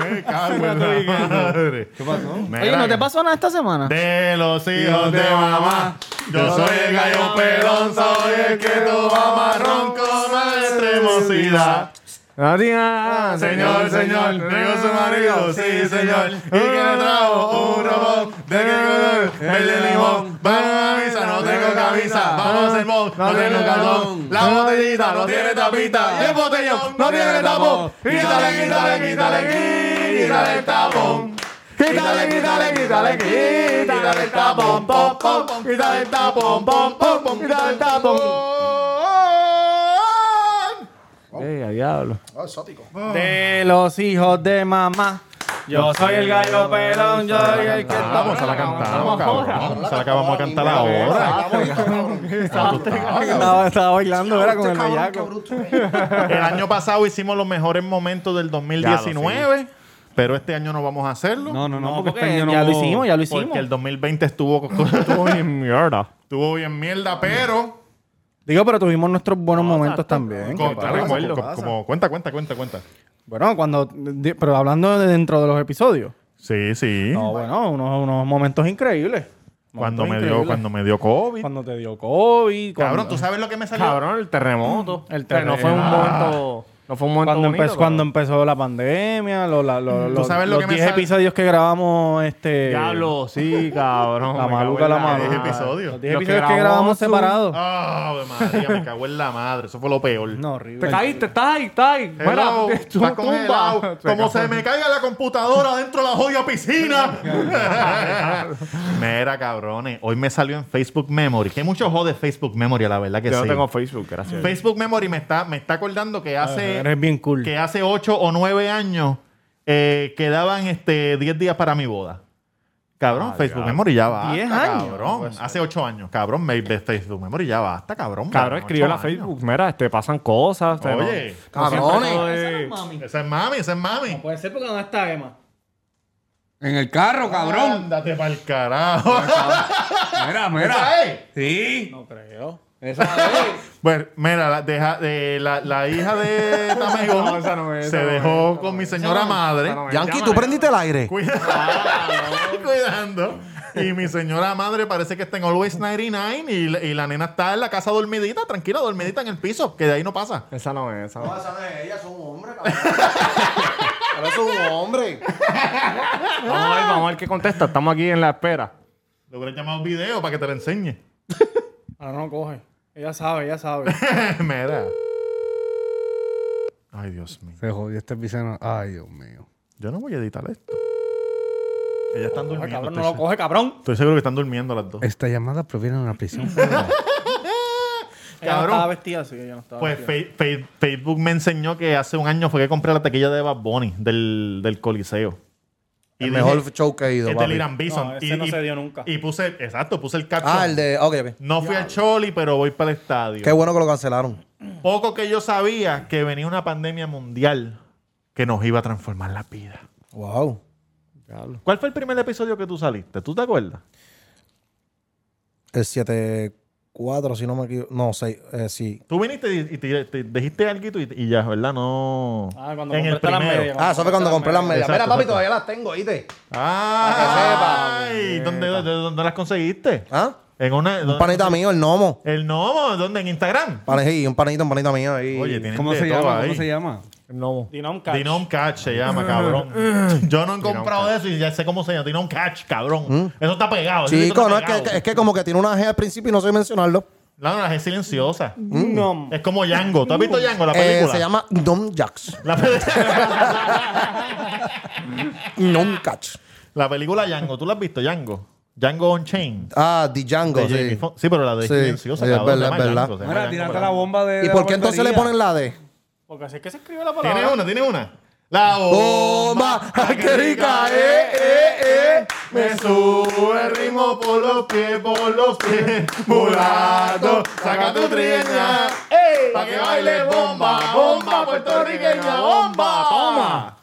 Speaker 8: Me (laughs) cago en la madre.
Speaker 9: ¿Qué pasó?
Speaker 6: Oye, ¿no te pasó nada esta semana?
Speaker 8: De los hijos de mamá. Yo soy el gallo pelón, soy el que toma marrón con más extremosidad.
Speaker 1: Adiós.
Speaker 8: Señor, señor, tengo su marido, sí, señor. Y que me trajo un robot de que me de limón. Vamos a misa, no tengo camisa. Vamos al mall, no tengo calzón. La botellita no tiene tapita. Y el botellón no tiene tapón. Quítale, quítale, quítale, quítale el tapón. Quítale, quítale, quítale, quítale el tapón, pom, pom, pom. quítale el tapón, pom, pom, pom, quítale el tapón.
Speaker 1: Ey, a diablo.
Speaker 6: De los hijos de mamá. Yo soy el gallo pelón, yo soy el que
Speaker 8: Vamos a la cantamos, cabrón. Se la acabamos a cantar ahora.
Speaker 6: estaba, estaba bailando, era con el bellaco.
Speaker 3: (laughs)
Speaker 8: El año pasado hicimos los mejores momentos del 2019, pero este año no vamos a hacerlo.
Speaker 9: No, no, no,
Speaker 6: No,
Speaker 9: porque,
Speaker 6: porque
Speaker 9: este año no
Speaker 6: ya lo
Speaker 9: hubo-
Speaker 6: hicimos, ya lo hicimos.
Speaker 8: porque el 2020 estuvo, (laughs) estuvo, bien,
Speaker 1: mierda.
Speaker 8: estuvo bien mierda, pero
Speaker 6: Digo, pero tuvimos nuestros buenos momentos también.
Speaker 8: con-
Speaker 6: ¿qué
Speaker 8: claro,
Speaker 6: pasa?
Speaker 8: como- como- como- cuenta, cuenta, cuenta, cuenta.
Speaker 6: Bueno, cuando. de- Pero hablando de dentro de los episodios.
Speaker 8: Sí, sí.
Speaker 6: No, bueno, unos, unos momentos increíbles.
Speaker 8: Cuando me, dio,
Speaker 6: increíble.
Speaker 8: cuando me dio COVID.
Speaker 6: Cuando te dio COVID.
Speaker 8: Cabrón,
Speaker 6: cuando-
Speaker 8: ¿tú sabes lo que me salió?
Speaker 1: Cabrón, el terremoto.
Speaker 6: El
Speaker 1: O sea, No fue un
Speaker 6: terremoto.
Speaker 1: momento. No fue un momento.
Speaker 6: cuando,
Speaker 1: bonito,
Speaker 6: empezó, cuando empezó la pandemia, lo- la- lo-
Speaker 8: Mm. ¿Tú
Speaker 6: lo-
Speaker 8: sabes lo
Speaker 6: los
Speaker 8: que me
Speaker 6: 10
Speaker 8: sale?
Speaker 6: episodios que grabamos, este...
Speaker 1: Diablo, sí, cabrón.
Speaker 6: La
Speaker 1: me cago
Speaker 6: maluca,
Speaker 1: en
Speaker 6: la
Speaker 8: Diez
Speaker 6: maluca.
Speaker 8: episodios.
Speaker 6: Los 10
Speaker 1: Los que
Speaker 6: episodios que
Speaker 1: grabó
Speaker 6: grabamos
Speaker 1: Zoom.
Speaker 6: separados.
Speaker 8: Ah, ave María, me cago en la madre. Eso fue lo peor.
Speaker 6: No, horrible.
Speaker 1: Te caíste, estás ahí, estás ahí.
Speaker 8: Hello,
Speaker 1: Mira, tú- tú
Speaker 8: estás
Speaker 1: tumba.
Speaker 8: congelado. Como (laughs) se me caiga la computadora dentro de la jodida piscina. (laughs) Mira, cabrones. Hoy me salió en Facebook Memory. Que mucho jode Facebook Memory, la verdad que
Speaker 1: Yo no
Speaker 8: sí.
Speaker 1: tengo Facebook, gracias.
Speaker 8: Facebook Memory me está, me está acordando que hace,
Speaker 6: Eres bien cool.
Speaker 8: que hace 8 o 9 años eh, quedaban este, 10 días para mi boda. Cabrón, Facebook Memory ya basta.
Speaker 6: 10 años.
Speaker 8: Cabrón. hace 8 años, cabrón. Me, de Facebook Memory ya basta, cabrón.
Speaker 1: Cabrón,
Speaker 8: Ocho
Speaker 1: escribe la
Speaker 8: años.
Speaker 1: Facebook. Mira, te pasan cosas. te-
Speaker 8: Oye,
Speaker 1: no- no siempre
Speaker 3: cabrones.
Speaker 1: todo
Speaker 6: Esa no es
Speaker 1: es-
Speaker 6: mami.
Speaker 8: Esa es mami, esa es mami.
Speaker 6: Puede ser porque no está Emma.
Speaker 9: En el carro, cabrón.
Speaker 8: Ándate para el carajo.
Speaker 9: Mira,
Speaker 8: ¿Esa
Speaker 9: mira.
Speaker 8: es?
Speaker 9: Sí.
Speaker 6: No creo.
Speaker 9: Esa es.
Speaker 8: (laughs) Bueno, mira, la, deja- de, la, la hija de Tamego
Speaker 1: (laughs) No, esa no es,
Speaker 8: se
Speaker 1: esa no
Speaker 8: dejó con mi señora madre.
Speaker 1: no es.
Speaker 3: Yankee, ¿tú prendiste el aire?
Speaker 8: (laughs) Cuida- (laughs) Cuidando. Y mi señora madre parece que está en Always 99 y, la- y la nena está en la casa dormidita, tranquila, dormidita en el piso, que de ahí no pasa.
Speaker 1: Esa no es, esa no es.
Speaker 3: ella, es un hombre, (laughs) Pero es un hombre.
Speaker 1: Vamos a ver, vamos a ver qué contesta. Estamos aquí en la espera.
Speaker 8: Lo hubiera llamado video para que te lo enseñe. (laughs)
Speaker 6: Ahora Ah, no coge. Ella sabe, ella sabe.
Speaker 8: mira. Ay, Dios mío.
Speaker 5: Se jodió este pisano. Ay, Dios mío.
Speaker 8: Yo no voy a editar esto. Ellas
Speaker 1: Ah,
Speaker 8: están
Speaker 6: Ay,
Speaker 8: durmiendo.
Speaker 6: cabrón,
Speaker 8: estoy
Speaker 6: no lo
Speaker 8: se-
Speaker 6: coge, cabrón.
Speaker 8: Estoy seguro que están durmiendo las dos.
Speaker 5: Esta llamada proviene de una prisión.
Speaker 6: Ella no
Speaker 8: Cabrón.
Speaker 6: estaba vestida así, ella no estaba
Speaker 8: Pues
Speaker 6: vestida.
Speaker 8: Fe- Fe- Facebook me enseñó que hace un año fue que compré la taquilla de Bad Bunny del, del Coliseo.
Speaker 3: El
Speaker 8: dije,
Speaker 3: mejor show que he ido,
Speaker 8: es del
Speaker 3: papi.
Speaker 8: Irán Bison.
Speaker 6: No, ese no se dio nunca.
Speaker 8: Y puse, exacto, puse el caption.
Speaker 3: Ah, el de... Ok, ok.
Speaker 8: No fui al Choli, pero voy para el estadio.
Speaker 3: Qué bueno que lo cancelaron.
Speaker 8: Poco que yo sabía que venía una pandemia mundial que nos iba a transformar la vida.
Speaker 3: Wow.
Speaker 8: ¿Cuál fue el primer episodio que tú saliste? ¿Tú te acuerdas?
Speaker 3: El 7-4, si no me equivoco. No, 6. Eh, sí.
Speaker 8: Tú viniste y, y te, te dijiste algo y, y ya, ¿verdad? No.
Speaker 6: Ah, cuando
Speaker 8: en el
Speaker 6: compraste las
Speaker 8: primero.
Speaker 6: medias.
Speaker 3: Ah, eso fue cuando compré las medias.
Speaker 8: Exacto,
Speaker 3: Mira, papi,
Speaker 8: exacto.
Speaker 3: todavía las tengo, ¿oíste?
Speaker 8: Ah,
Speaker 3: Para
Speaker 8: ay, ¿dónde, dónde, dónde las conseguiste?
Speaker 3: ¿Ah?
Speaker 8: En una.
Speaker 3: Un panita mío, el gnomo.
Speaker 8: El gnomo, ¿dónde? En Instagram.
Speaker 3: Pane- sí, un panita, un panita mío ahí.
Speaker 8: Oye, tienen
Speaker 5: ¿Cómo
Speaker 8: de
Speaker 5: se
Speaker 8: todo
Speaker 5: llama?
Speaker 8: ahí.
Speaker 5: ¿Cómo se llama?
Speaker 1: No.
Speaker 6: Dinam Cash.
Speaker 8: Dinón Catch se llama,
Speaker 5: (laughs)
Speaker 8: cabrón. Yo no he comprado eso y ya sé cómo se llama. Dinón Catch, cabrón. Eso está pegado. eso
Speaker 3: Mm. Chico,
Speaker 8: está
Speaker 3: no, es
Speaker 8: pegado.
Speaker 3: que, es que como que tiene una G al principio y no sé mencionarlo.
Speaker 8: La verdad es silenciosa.
Speaker 6: Nom.
Speaker 8: Es como Django. ¿Tú has visto Django, la
Speaker 3: Mm. Eh,
Speaker 8: película?
Speaker 3: se llama Dom Jax.
Speaker 8: La, pe- (laughs)
Speaker 3: Dom Catch.
Speaker 8: la película Django. ¿Tú la has visto, Django? Django on Chain.
Speaker 3: Ah, The Django, sí.
Speaker 8: sí. sí, pero la de
Speaker 3: Sí.
Speaker 8: silenciosa.
Speaker 3: Sí, es
Speaker 8: cabrón, se
Speaker 3: verdad,
Speaker 8: llama
Speaker 3: es verdad.
Speaker 8: Django, se llama
Speaker 5: Mira,
Speaker 8: Django,
Speaker 5: tírate
Speaker 8: pero-
Speaker 5: la bomba de.
Speaker 3: ¿Y
Speaker 5: la
Speaker 3: por qué entonces le
Speaker 5: barbería.
Speaker 3: ponen la D?
Speaker 6: Porque así es que se escribe la palabra.
Speaker 8: Tiene una, tiene una. La
Speaker 3: Bomba,
Speaker 8: ay, ah, qué rica, eh, eh, eh. Me sube el ritmo por los pies, por los pies. Mulato, saca tu trieña. Pa' que baile bomba, bomba puertorriqueña, bomba. Toma.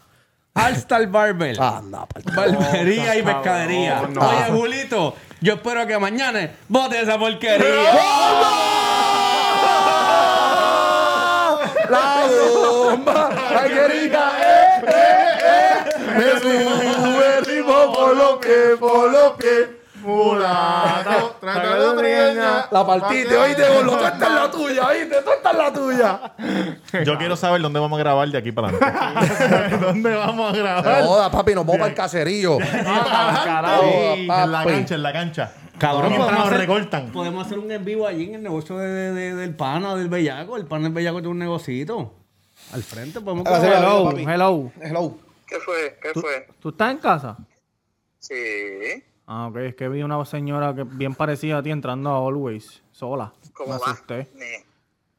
Speaker 9: Alstar Barbel.
Speaker 3: Anda, pal.
Speaker 9: Barbería y pescadería. Oye, Julito, yo espero que mañana bote esa porquería.
Speaker 3: La bomba, ay, qué rica, eh,
Speaker 8: Me sube el ritmo por los pies, por los pies. Mulato, saca tu trieña.
Speaker 3: La partiste, oíste, boludo. Tú estás en la tuya, oíste, tú estás en la tuya.
Speaker 8: Yo quiero saber dónde vamos a grabar de aquí para adelante. (laughs) ¿Dónde vamos a grabar?
Speaker 3: No, jodas, papi, nos vamos para el caserío.
Speaker 8: carajo.
Speaker 3: Sí,
Speaker 8: en la
Speaker 3: papi.
Speaker 8: cancha, en la cancha.
Speaker 9: Cabrón,
Speaker 8: Mientras
Speaker 9: podemos
Speaker 8: nos
Speaker 9: hacer-
Speaker 8: recortan.
Speaker 9: (laughs) Podemos hacer un en vivo allí en el negocio de- de- de- del pana, del bellaco. El pana del bellaco tiene un negocito. Al frente podemos
Speaker 3: Ah, sí,
Speaker 9: colaborar.
Speaker 3: claro.
Speaker 6: Hello,
Speaker 3: papi.
Speaker 6: hello.
Speaker 3: Hello.
Speaker 2: ¿Qué fue? ¿Qué fue?
Speaker 6: ¿Tú estás en casa?
Speaker 2: Sí.
Speaker 6: Ah, ok. Es que vi una señora que bien parecida a ti entrando a Always, sola.
Speaker 2: ¿Cómo
Speaker 6: Me
Speaker 2: va?
Speaker 6: asusté.
Speaker 2: Ni-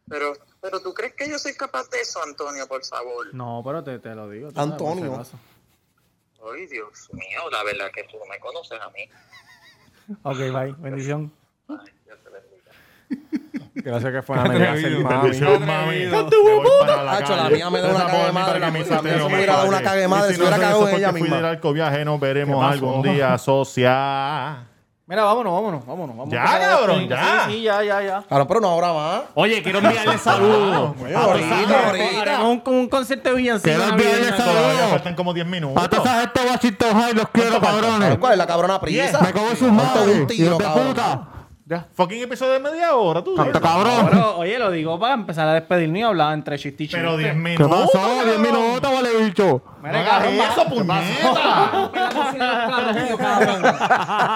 Speaker 2: Pero, pero tú crees que yo soy capaz de eso, Antonio, por favor.
Speaker 6: No, pero te, te lo digo. tú
Speaker 3: Antonio.
Speaker 6: sabes, por si acaso.
Speaker 2: Ay, Dios mío, la verdad que tú no me conoces a mí.
Speaker 6: Ok, bye. Bendición.
Speaker 1: Gracias que fue una amiga
Speaker 9: atrevido.
Speaker 1: ser mami.
Speaker 8: Bendición, mami.
Speaker 3: Hacho, la mía me da una cague madre, la mía- la mía se me hubiera dado una cague madre, se hubiera cagado en ella
Speaker 8: Fui
Speaker 3: misma.
Speaker 8: del arco viaje, nos veremos
Speaker 1: pasó?
Speaker 8: algún día, socia.
Speaker 6: Mira, vámonos, vámonos, vámonos. vámonos
Speaker 8: Ya,
Speaker 6: Para allá,
Speaker 8: cabrón,
Speaker 6: sí,
Speaker 8: ya.
Speaker 6: Sí, sí, ya, ya, ya.
Speaker 3: Claro, pero no ahora más.
Speaker 1: Oye, quiero enviarle saludos.
Speaker 3: Bueno, ahorita, ahorita.
Speaker 6: Haremos un, un concierto de villancico.
Speaker 5: Quiero
Speaker 6: una
Speaker 5: enviarle
Speaker 6: vida.
Speaker 8: Todavía
Speaker 5: saludos.
Speaker 8: faltan como 10
Speaker 5: Para toda
Speaker 8: minutos.
Speaker 5: esa gente de Washington High, los quiero, cabrones.
Speaker 3: ¿Cuál es la cabrona prisa?
Speaker 5: Me cago en sus
Speaker 3: Ponte
Speaker 5: madres.
Speaker 3: un tiro,
Speaker 5: hijos de
Speaker 3: cabrón.
Speaker 5: puta.
Speaker 8: Fucking episodio de media hora, tú.
Speaker 5: Tanto cabrón.
Speaker 6: Pero, oye, lo digo para empezar a despedirme y hablar entre chiste y chiste.
Speaker 8: Pero 10
Speaker 5: ¿Qué
Speaker 8: minutos.
Speaker 5: pasó? ¿Diez minutos, vale bicho?
Speaker 8: No hagas eso, puñeta.
Speaker 3: (laughs)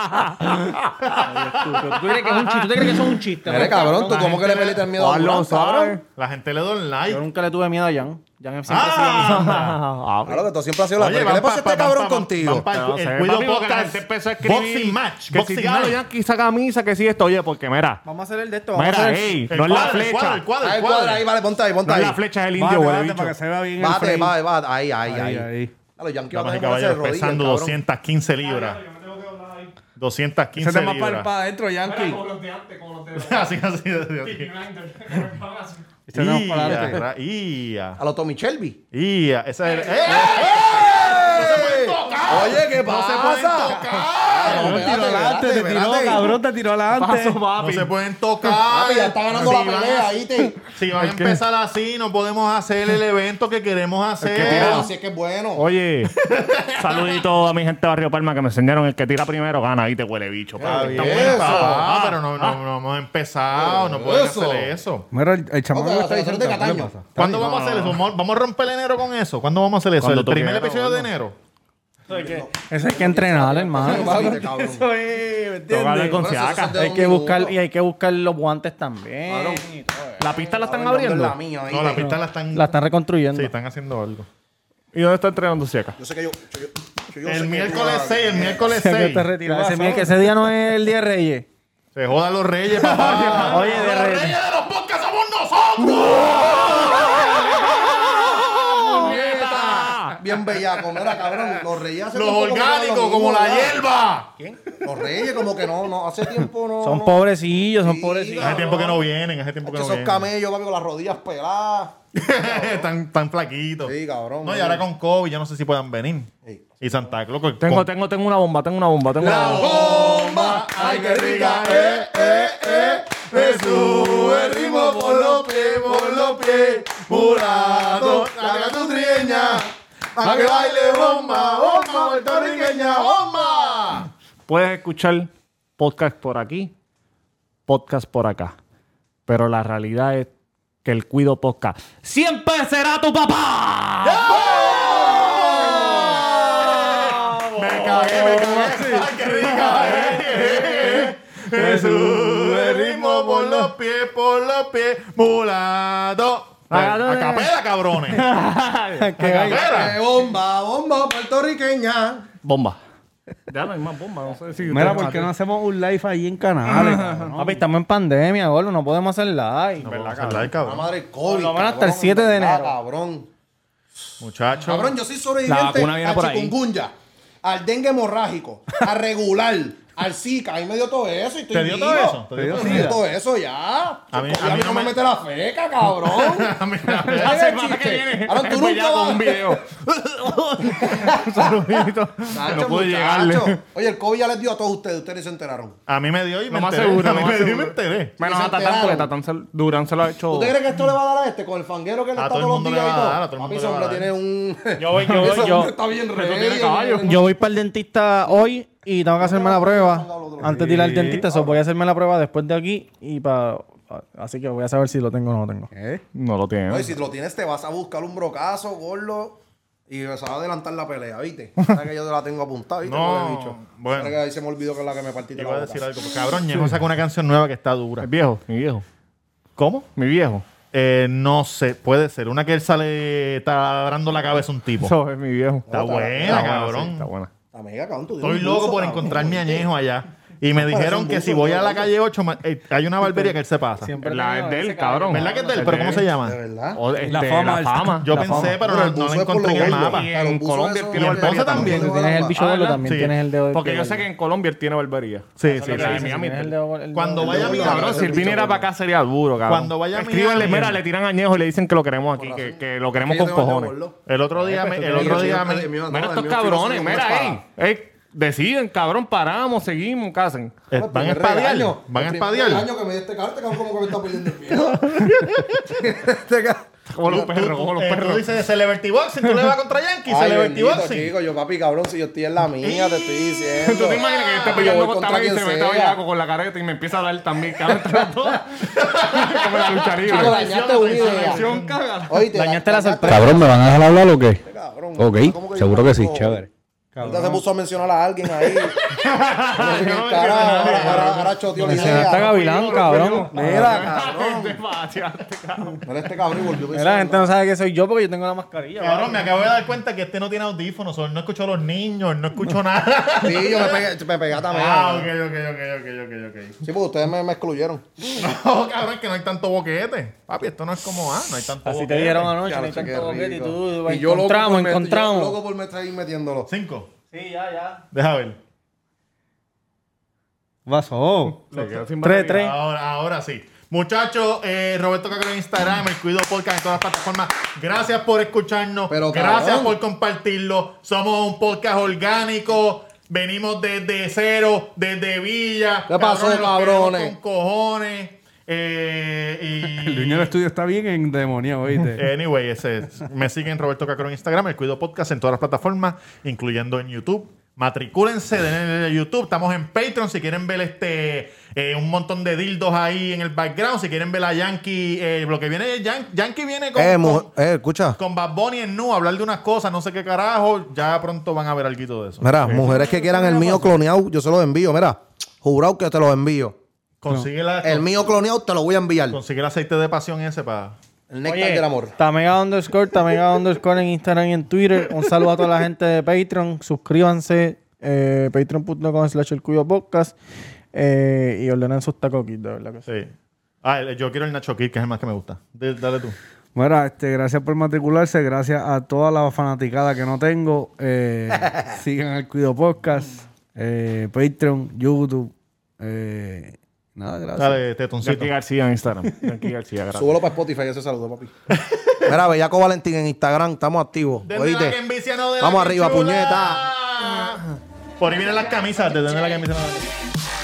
Speaker 6: ¿Tú crees que es un chiste? ¿Tú crees que eso es un chiste?
Speaker 3: Mire, cabrón, ¿tú
Speaker 8: La
Speaker 3: cómo que
Speaker 8: gente
Speaker 3: le
Speaker 8: le-
Speaker 3: peleas el miedo a
Speaker 1: Juan lo
Speaker 3: Blanc, cabrón?
Speaker 1: sabe.
Speaker 8: La gente le da un
Speaker 6: Yo
Speaker 8: like.
Speaker 6: nunca le tuve miedo a Jan. Jan siempre ha sido mi-
Speaker 8: Ah,
Speaker 3: Claro, que tú siempre has sido la
Speaker 8: Oye,
Speaker 3: prisa. ¿Qué
Speaker 8: van
Speaker 3: le pasa
Speaker 8: pa-
Speaker 3: a
Speaker 8: pa-
Speaker 3: este cabrón
Speaker 8: van pa-
Speaker 3: contigo?
Speaker 8: van pa- el-
Speaker 1: No sé,
Speaker 8: el Cuido
Speaker 1: papi, porque la
Speaker 8: Podcast
Speaker 1: gente empezó a escribir
Speaker 8: Boxing Match,
Speaker 1: Que
Speaker 8: Boxing
Speaker 1: si ya
Speaker 8: Match.
Speaker 1: lo Yankee esa camisa, que si esto. Oye, porque mira.
Speaker 6: Vamos a hacer el de esto. Vamos a
Speaker 1: Mira,
Speaker 6: hacer
Speaker 1: ey,
Speaker 8: el
Speaker 1: no es
Speaker 8: cuadro, el
Speaker 1: la
Speaker 8: cuadro,
Speaker 1: flecha.
Speaker 8: el cuadro,
Speaker 3: Ah,
Speaker 8: el
Speaker 3: el cuadro
Speaker 8: cuadro.
Speaker 3: ahí, vale, ponte ahí, ponte
Speaker 1: No es la
Speaker 3: ahí.
Speaker 1: flecha, es el
Speaker 5: Bate,
Speaker 1: indio, huele
Speaker 5: bate,
Speaker 1: bicho.
Speaker 5: para que se vea bien el
Speaker 3: Bate,
Speaker 5: frame.
Speaker 3: bate, bate. Ahí, ahí,
Speaker 5: Ahí,
Speaker 3: ahí.
Speaker 5: ahí.
Speaker 3: A los Yankees van
Speaker 8: Damas y
Speaker 3: a ponerse de
Speaker 8: caballeros,
Speaker 3: rodillas,
Speaker 8: pesando
Speaker 3: cabrón.
Speaker 8: 215 libras. 215
Speaker 9: Ese tema para,
Speaker 8: libras.
Speaker 9: para adentro, Yankee.
Speaker 8: (laughs) Así, así, así, así.
Speaker 9: Ese tema para
Speaker 8: Ia,
Speaker 9: adelante.
Speaker 8: ra- ia,
Speaker 3: A los Tommy Shelby.
Speaker 8: ia. Esa era- ¡Eh!
Speaker 3: Oye, ¿qué
Speaker 8: No
Speaker 3: pasa?
Speaker 8: se pueden tocar.
Speaker 3: Ah, no,
Speaker 9: Te tiró
Speaker 3: espérate,
Speaker 9: adelante, te
Speaker 3: espérate,
Speaker 9: tiró,
Speaker 3: espérate.
Speaker 9: cabrón, te tiró adelante.
Speaker 1: Paso, papi.
Speaker 8: No se pueden tocar.
Speaker 3: Papi, ya está ganando la
Speaker 8: Si van
Speaker 3: pelea,
Speaker 8: a-
Speaker 3: ahí te.
Speaker 8: Si van a empezar así, no podemos hacer el evento que queremos
Speaker 3: Pero
Speaker 8: hacer.
Speaker 3: así es que es bueno.
Speaker 1: Oye, saludito a mi gente de Barrio Palma que me enseñaron el que tira primero gana. Ahí te huele bicho. papi.
Speaker 3: bien.
Speaker 1: Está bueno.
Speaker 3: Eso.
Speaker 8: Ah, pero no, no, no hemos empezado, no podemos
Speaker 3: Eso.
Speaker 8: hacer eso.
Speaker 9: Mira, el, el
Speaker 3: Ok,
Speaker 9: chamaco
Speaker 3: la
Speaker 9: está
Speaker 3: selección
Speaker 9: diciendo que
Speaker 3: de
Speaker 9: ¿qué le
Speaker 3: Cataño.
Speaker 9: pasa?
Speaker 8: ¿Cuándo vamos a hacer eso? ¿Vamos vamos a romper enero con eso? ¿Cuándo vamos a hacer eso?
Speaker 1: Cuando
Speaker 8: ¿El
Speaker 1: tú
Speaker 8: primer
Speaker 1: quieras,
Speaker 8: episodio de enero?
Speaker 6: Ese hay que entrenar, hermano.
Speaker 3: Papi, cabrón.
Speaker 6: Eso es, ¿me
Speaker 1: Tengo que hablar
Speaker 6: entiendes?
Speaker 1: con
Speaker 3: Bueno,
Speaker 1: Siaka.
Speaker 3: eso se hace-
Speaker 6: Hay que buscar, y hay que buscar los guantes también.
Speaker 3: Cabrón.
Speaker 6: y todo.
Speaker 1: ¿La pista la están
Speaker 3: Hablando en
Speaker 1: abriendo?
Speaker 3: La mía, ahí.
Speaker 8: No, la pista la están...
Speaker 6: La están reconstruyendo.
Speaker 8: Sí, están haciendo algo.
Speaker 1: ¿Y dónde está entrenando Siaka?
Speaker 3: Yo sé que yo. yo- yo- yo- yo sé que
Speaker 8: El
Speaker 3: tú
Speaker 8: miércoles
Speaker 3: hablas.
Speaker 8: 6, el miércoles
Speaker 6: Se (laughs) que
Speaker 8: 6.
Speaker 6: te retiras. Ese, mier- que ese día no es el día de Reyes.
Speaker 8: Se jodan los (laughs) reyes, papá.
Speaker 6: Oye, de
Speaker 8: los
Speaker 6: reyes.
Speaker 8: reyes de los podcasts somos nosotros.
Speaker 3: Ah, Bien bellaco, mira, cabrón. Los reyes hace
Speaker 8: Los
Speaker 3: tiempo que no hablan
Speaker 8: orgánicos,
Speaker 3: lo
Speaker 8: como
Speaker 3: mismo,
Speaker 8: la
Speaker 3: ¿verdad?
Speaker 8: hierba.
Speaker 3: Los reyes, como que no, no, hace tiempo no.
Speaker 6: Son
Speaker 3: no.
Speaker 6: pobrecillos, son
Speaker 3: Sí,
Speaker 6: pobrecillos.
Speaker 8: Hace tiempo que no vienen, hace tiempo que
Speaker 3: Hacho,
Speaker 8: no
Speaker 3: Esos
Speaker 8: vienen.
Speaker 3: camellos, papi, con las rodillas peladas.
Speaker 8: (laughs) tan, tan flaquitos.
Speaker 3: Sí, cabrón,
Speaker 8: No, y
Speaker 3: mano.
Speaker 8: ahora con COVID, ya no sé si puedan venir.
Speaker 3: Sí.
Speaker 8: Y Santa Claus. con-
Speaker 1: Tengo,
Speaker 8: con-
Speaker 1: tengo, tengo una bomba, tengo una bomba, tengo una bomba.
Speaker 3: bomba, ay que rica, eh, eh, eh, me sube el ritmo por los pies, por los pies, murado, carga tu trieña, a que baile bomba, bomba, puertorriqueña, bomba.
Speaker 1: Puedes escuchar podcast por aquí, podcast por acá. Pero la realidad es que el Cuido Podcast siempre será tu papá.
Speaker 8: Me cagué, me cagué. Oh, Ay, qué rica. eh, eh, eh. Me sube el ritmo por los pies, por los pies, mulado.
Speaker 1: Mulado.
Speaker 8: A capela, (laughs) cabrones.
Speaker 6: Que baile.
Speaker 8: Capela.
Speaker 3: Eh, bomba, bomba, puertorriqueña.
Speaker 1: Bomba. Ya no hay más bomba, no sé si...
Speaker 9: Mira, ¿por qué no hacemos un live ahí en canales? cabrón?
Speaker 6: Papi, estamos en pandemia, gordo. No podemos hacer live.
Speaker 8: ¿Verdad, cabrón?
Speaker 3: La
Speaker 8: cabrón?
Speaker 3: madre COVID.
Speaker 6: lo menos hasta
Speaker 3: cabrón,
Speaker 6: el 7 de
Speaker 3: ¿verdad,
Speaker 6: enero.
Speaker 3: Cabrón.
Speaker 8: Muchacho. (laughs)
Speaker 3: Cabrón, yo soy sobreviviente
Speaker 1: vacuna viene
Speaker 3: al
Speaker 1: por ahí.
Speaker 3: chikungunya, al dengue hemorrágico, al regular, al zika. A mí me dio todo eso y estoy
Speaker 8: ¿Te dio
Speaker 3: vivo.
Speaker 8: todo eso? ¿Te
Speaker 3: Me
Speaker 8: dio
Speaker 3: dio
Speaker 8: todo
Speaker 3: todo, eso ya.
Speaker 8: A mí-
Speaker 3: Y
Speaker 8: a mí no
Speaker 3: no me
Speaker 8: me-
Speaker 3: mete la feca, cabrón.
Speaker 8: (laughs) A mí- a
Speaker 3: (laughs)
Speaker 8: mí-
Speaker 3: Ay,
Speaker 1: semana
Speaker 3: chiste.
Speaker 1: que viene.
Speaker 3: Ahora
Speaker 1: Pues
Speaker 3: tú nunca
Speaker 1: ya con
Speaker 3: vas-
Speaker 1: un video. Un saludito.
Speaker 3: Chacho,
Speaker 1: no pude
Speaker 3: muchacho.
Speaker 1: llegarle.
Speaker 3: Oye, el COVID ya les dio a todos ustedes. Ustedes ni se enteraron.
Speaker 8: A (laughs) mí me dio y me
Speaker 1: Lo más
Speaker 8: enteré.
Speaker 1: seguro,
Speaker 8: a mí
Speaker 1: lo
Speaker 8: me
Speaker 1: más
Speaker 8: dio y me
Speaker 1: seguro.
Speaker 8: enteré.
Speaker 1: Menos
Speaker 3: se
Speaker 1: a Tatán, porque Tatán
Speaker 3: enteraron.
Speaker 1: se- Durán se lo ha hecho...
Speaker 3: ¿Usted cree que esto le va a dar a este con el fanguero que le
Speaker 8: A
Speaker 3: está
Speaker 8: todo el
Speaker 3: todos
Speaker 8: mundo
Speaker 3: los
Speaker 8: le
Speaker 3: días y
Speaker 8: va a
Speaker 3: todo?
Speaker 8: dar, a todo el
Speaker 3: Papi,
Speaker 8: mundo
Speaker 3: ese
Speaker 8: le va
Speaker 3: hombre
Speaker 8: a dar.
Speaker 3: tiene un...
Speaker 1: Yo voy, yo
Speaker 3: Ese
Speaker 1: voy, yo.
Speaker 3: hombre está bien
Speaker 1: Pero tú
Speaker 3: ready.
Speaker 1: tienes caballo.
Speaker 6: Yo voy para el dentista hoy y tengo que hacerme la prueba. Antes de ir al dentista, so, voy a hacerme la prueba después de aquí y para. Así que voy a saber si lo tengo o no lo tengo.
Speaker 1: No lo tiene.
Speaker 3: No, y si lo tienes, te vas a buscar un brocazo, gordo. Y se va a adelantar la pelea, ¿viste? Sabes que yo te la tengo apuntada, ¿viste?
Speaker 8: No,
Speaker 3: Joder, bicho.
Speaker 8: bueno.
Speaker 3: Sabes que ahí se me olvidó que es la que me partí de la
Speaker 8: Iba a
Speaker 3: boca.
Speaker 8: decir algo. pero Cabrón, Ñejo sacó una canción nueva que está dura.
Speaker 1: El viejo, mi viejo.
Speaker 8: ¿Cómo?
Speaker 1: Mi viejo.
Speaker 8: Eh, no sé, puede ser. Una que él sale taladrando la cabeza a un tipo.
Speaker 1: Eso es mi viejo.
Speaker 8: Oh. Está buena, cabrón.
Speaker 1: sí, Está buena.
Speaker 3: Amiga, cabrón, tú tienes
Speaker 8: Estoy
Speaker 3: un
Speaker 8: loco
Speaker 3: buzo,
Speaker 8: por
Speaker 3: cabrón.
Speaker 8: encontrar mi añejo allá. Y me
Speaker 3: parece
Speaker 8: dijeron
Speaker 3: un
Speaker 8: que
Speaker 3: buzo,
Speaker 8: si voy a la
Speaker 3: cabrón.
Speaker 8: calle 8, ma- eh, hay una barbería que él se pasa.
Speaker 6: Siempre
Speaker 1: La es
Speaker 6: tengo
Speaker 1: del
Speaker 6: ese
Speaker 1: cabrón.
Speaker 8: ¿Verdad que es de él? ¿Pero cómo se llama?
Speaker 3: De verdad.
Speaker 1: O, este,
Speaker 9: La
Speaker 1: la
Speaker 9: fama,
Speaker 1: fama. La fama.
Speaker 8: Yo pensé, pero no,
Speaker 3: el
Speaker 8: no
Speaker 3: buzo
Speaker 8: la
Speaker 3: es por
Speaker 8: encontré en
Speaker 3: lo
Speaker 8: el
Speaker 3: gordo.
Speaker 8: mapa.
Speaker 1: Y
Speaker 3: Ah, los
Speaker 1: en
Speaker 3: buzos
Speaker 1: Colombia él
Speaker 3: esos
Speaker 1: tiene
Speaker 3: de-
Speaker 1: barbería
Speaker 8: Ponce
Speaker 1: también.
Speaker 8: también.
Speaker 6: Si tienes el bicho
Speaker 1: Ah,
Speaker 6: gordo,
Speaker 1: ¿verdad?
Speaker 6: también
Speaker 8: Sí.
Speaker 6: tienes el dedo. del
Speaker 1: Porque
Speaker 6: pie
Speaker 1: yo
Speaker 6: gordo.
Speaker 1: sé que en Colombia él tiene barbería.
Speaker 8: Sí, sí,
Speaker 1: Eso es lo que
Speaker 8: sí.
Speaker 1: dice,
Speaker 6: Si
Speaker 1: Miami.
Speaker 6: tienes el dedo- el
Speaker 8: Cuando
Speaker 6: dedo-
Speaker 8: vaya a
Speaker 6: el
Speaker 8: mi
Speaker 6: dedo-
Speaker 1: Cabrón,
Speaker 3: eh.
Speaker 1: si él viniera para acá sería duro, cabrón.
Speaker 8: Cuando vaya a
Speaker 1: Escríbanle,
Speaker 8: Miami-
Speaker 1: mira, le tiran añejo y le dicen que lo queremos aquí, que, que lo queremos con cojones.
Speaker 8: El otro día, me- el otro día, me-
Speaker 1: Mira estos cabrones, mira, ey. Ey, deciden, cabrón, paramos, seguimos, ¿qué hacen?
Speaker 8: Eh, van a espadear. Van a espadear.
Speaker 3: año que me di este carro, como que me está perdiendo el
Speaker 1: Como los
Speaker 8: Tú-
Speaker 1: perros, como los
Speaker 8: eh,
Speaker 1: perros.
Speaker 8: Tú dices de Celebrity Boxing, tú le vas contra Yankee, Celebrity Boxing.
Speaker 3: Chico, yo, papi, cabrón, si yo estoy en la mía, te estoy diciendo.
Speaker 1: ¿Tú te imaginas que yo esté
Speaker 3: Yo voy
Speaker 1: peleando con
Speaker 3: contra
Speaker 1: Tamara y
Speaker 3: quien
Speaker 1: se meta
Speaker 3: sea.
Speaker 1: bellaco con la careta y me empieza a dar también, cabrón, entre los dos? (laughs) Como la lucha libre.
Speaker 3: Chico, dañaste una idea.
Speaker 1: Acción, cágala.
Speaker 3: Oye, te
Speaker 6: Dañaste la sorpresa.
Speaker 12: Cabrón, ¿me van a dejar hablar o qué? Ok, seguro que sí, chévere.
Speaker 3: Ahorita se puso a mencionar a alguien ahí. Como si en el
Speaker 1: no, no, no,
Speaker 3: cara, ahora-
Speaker 1: no,
Speaker 3: ahora-
Speaker 1: no.
Speaker 3: ahora choteó la
Speaker 6: Se me
Speaker 3: idea.
Speaker 6: está gavilán, cabrón.
Speaker 3: Mira,
Speaker 1: Ay,
Speaker 3: cabrón.
Speaker 1: te paseaste, (laughs) cabrón.
Speaker 3: Mira este cabrón y volvió.
Speaker 6: Mira, la gente no sabe que soy yo porque yo tengo la mascarilla.
Speaker 8: Cabrón, me acabo de dar cuenta que este no tiene audífonos, él no escuchó a los niños, él no escuchó nada.
Speaker 3: Sí, yo me pegué, me pegué también.
Speaker 8: (laughs) ah, ok, ok, ok, ok, ok, ok.
Speaker 3: Sí, porque ustedes me, me excluyeron.
Speaker 8: No, cabrón, que no hay tanto boquete. Papi, esto no es como, ah, no hay tanto
Speaker 6: Así
Speaker 8: boquete.
Speaker 6: te dieron anoche,
Speaker 3: Ya
Speaker 6: no
Speaker 3: lo
Speaker 6: hay
Speaker 3: sé, qué
Speaker 6: tanto boquete y
Speaker 3: rico.
Speaker 6: tú.
Speaker 3: Y yo loco
Speaker 6: Encontramos,
Speaker 3: por meter-
Speaker 6: encontramos.
Speaker 3: yo loco por meter ahí metiéndolo.
Speaker 8: Cinco.
Speaker 6: Sí, ya, ya.
Speaker 8: Deja ver.
Speaker 9: Vaso.
Speaker 1: Se quedó sin
Speaker 6: Tres,
Speaker 1: batería.
Speaker 6: tres.
Speaker 8: Ahora, ahora sí. Muchachos, eh, Roberto Cacro en Instagram, el Cuido Podcast en todas las plataformas. Gracias por escucharnos.
Speaker 3: Pero,
Speaker 8: gracias
Speaker 3: cabrón.
Speaker 8: por compartirlo. Somos un podcast orgánico. Venimos desde cero, desde Villa.
Speaker 3: ¿Qué pasó,
Speaker 8: Cabrones, los
Speaker 3: cabrones?
Speaker 8: queremos Con cojones. Eh, y...
Speaker 5: (laughs) El dueño del estudio está bien endemoniado, ¿viste?
Speaker 8: Anyway, ese es. me siguen Roberto Cacro en Instagram, el Cuido Podcast en todas las plataformas, incluyendo en YouTube. Matricúlense, denle a YouTube. Estamos en Patreon. Si quieren ver este eh, un montón de dildos ahí en el background, si quieren ver a Yankee, eh, lo que viene es Yan- Yankee viene con,
Speaker 3: Eh, mu-
Speaker 8: con,
Speaker 3: eh, escucha.
Speaker 8: con Bad Bunny en nu, a hablar de unas cosas, no sé qué carajo. Ya pronto van a ver algo de eso.
Speaker 3: Mira, mujeres que quieran el mío cloneado, yo se los envío. Mira, jurado que te los envío.
Speaker 8: Consigue, la-
Speaker 3: El mío cloneado te lo voy a enviar.
Speaker 8: consigue el aceite de pasión ese para.
Speaker 3: El néctar del amor.
Speaker 6: Tamega underscore, Tamega underscore en Instagram y en Twitter. Un saludo a toda la gente de Patreon. Suscríbanse, eh, patreon.com slash el cuyo podcast. (laughs) eh, y ordenen sus tacoquitos, de verdad que sí.
Speaker 8: Sí. Ah, el- yo quiero el Nacho Kid, que es el más que me gusta. De- dale tú.
Speaker 5: Bueno, este, gracias por matricularse, gracias a toda la fanaticada que no tengo.
Speaker 6: (laughs)
Speaker 5: Eh, sigan al Cuido Podcast, eh, Patreon, YouTube. Eh, nada, gracias.
Speaker 8: Dale, Tetoncito.
Speaker 1: Yankee García en Instagram. Yankee García, gracias.
Speaker 3: Súbelo para Spotify, ese saludo, papi. Mira, Bellaco Valentín en Instagram, estamos activos.
Speaker 8: Denle la que
Speaker 3: ¿Oíste?
Speaker 8: envicia, no de la
Speaker 3: Vamos
Speaker 8: que
Speaker 3: arriba,
Speaker 8: chula.
Speaker 3: puñeta.
Speaker 8: Por ahí vienen las camisas. Desde la camisa. no de la que-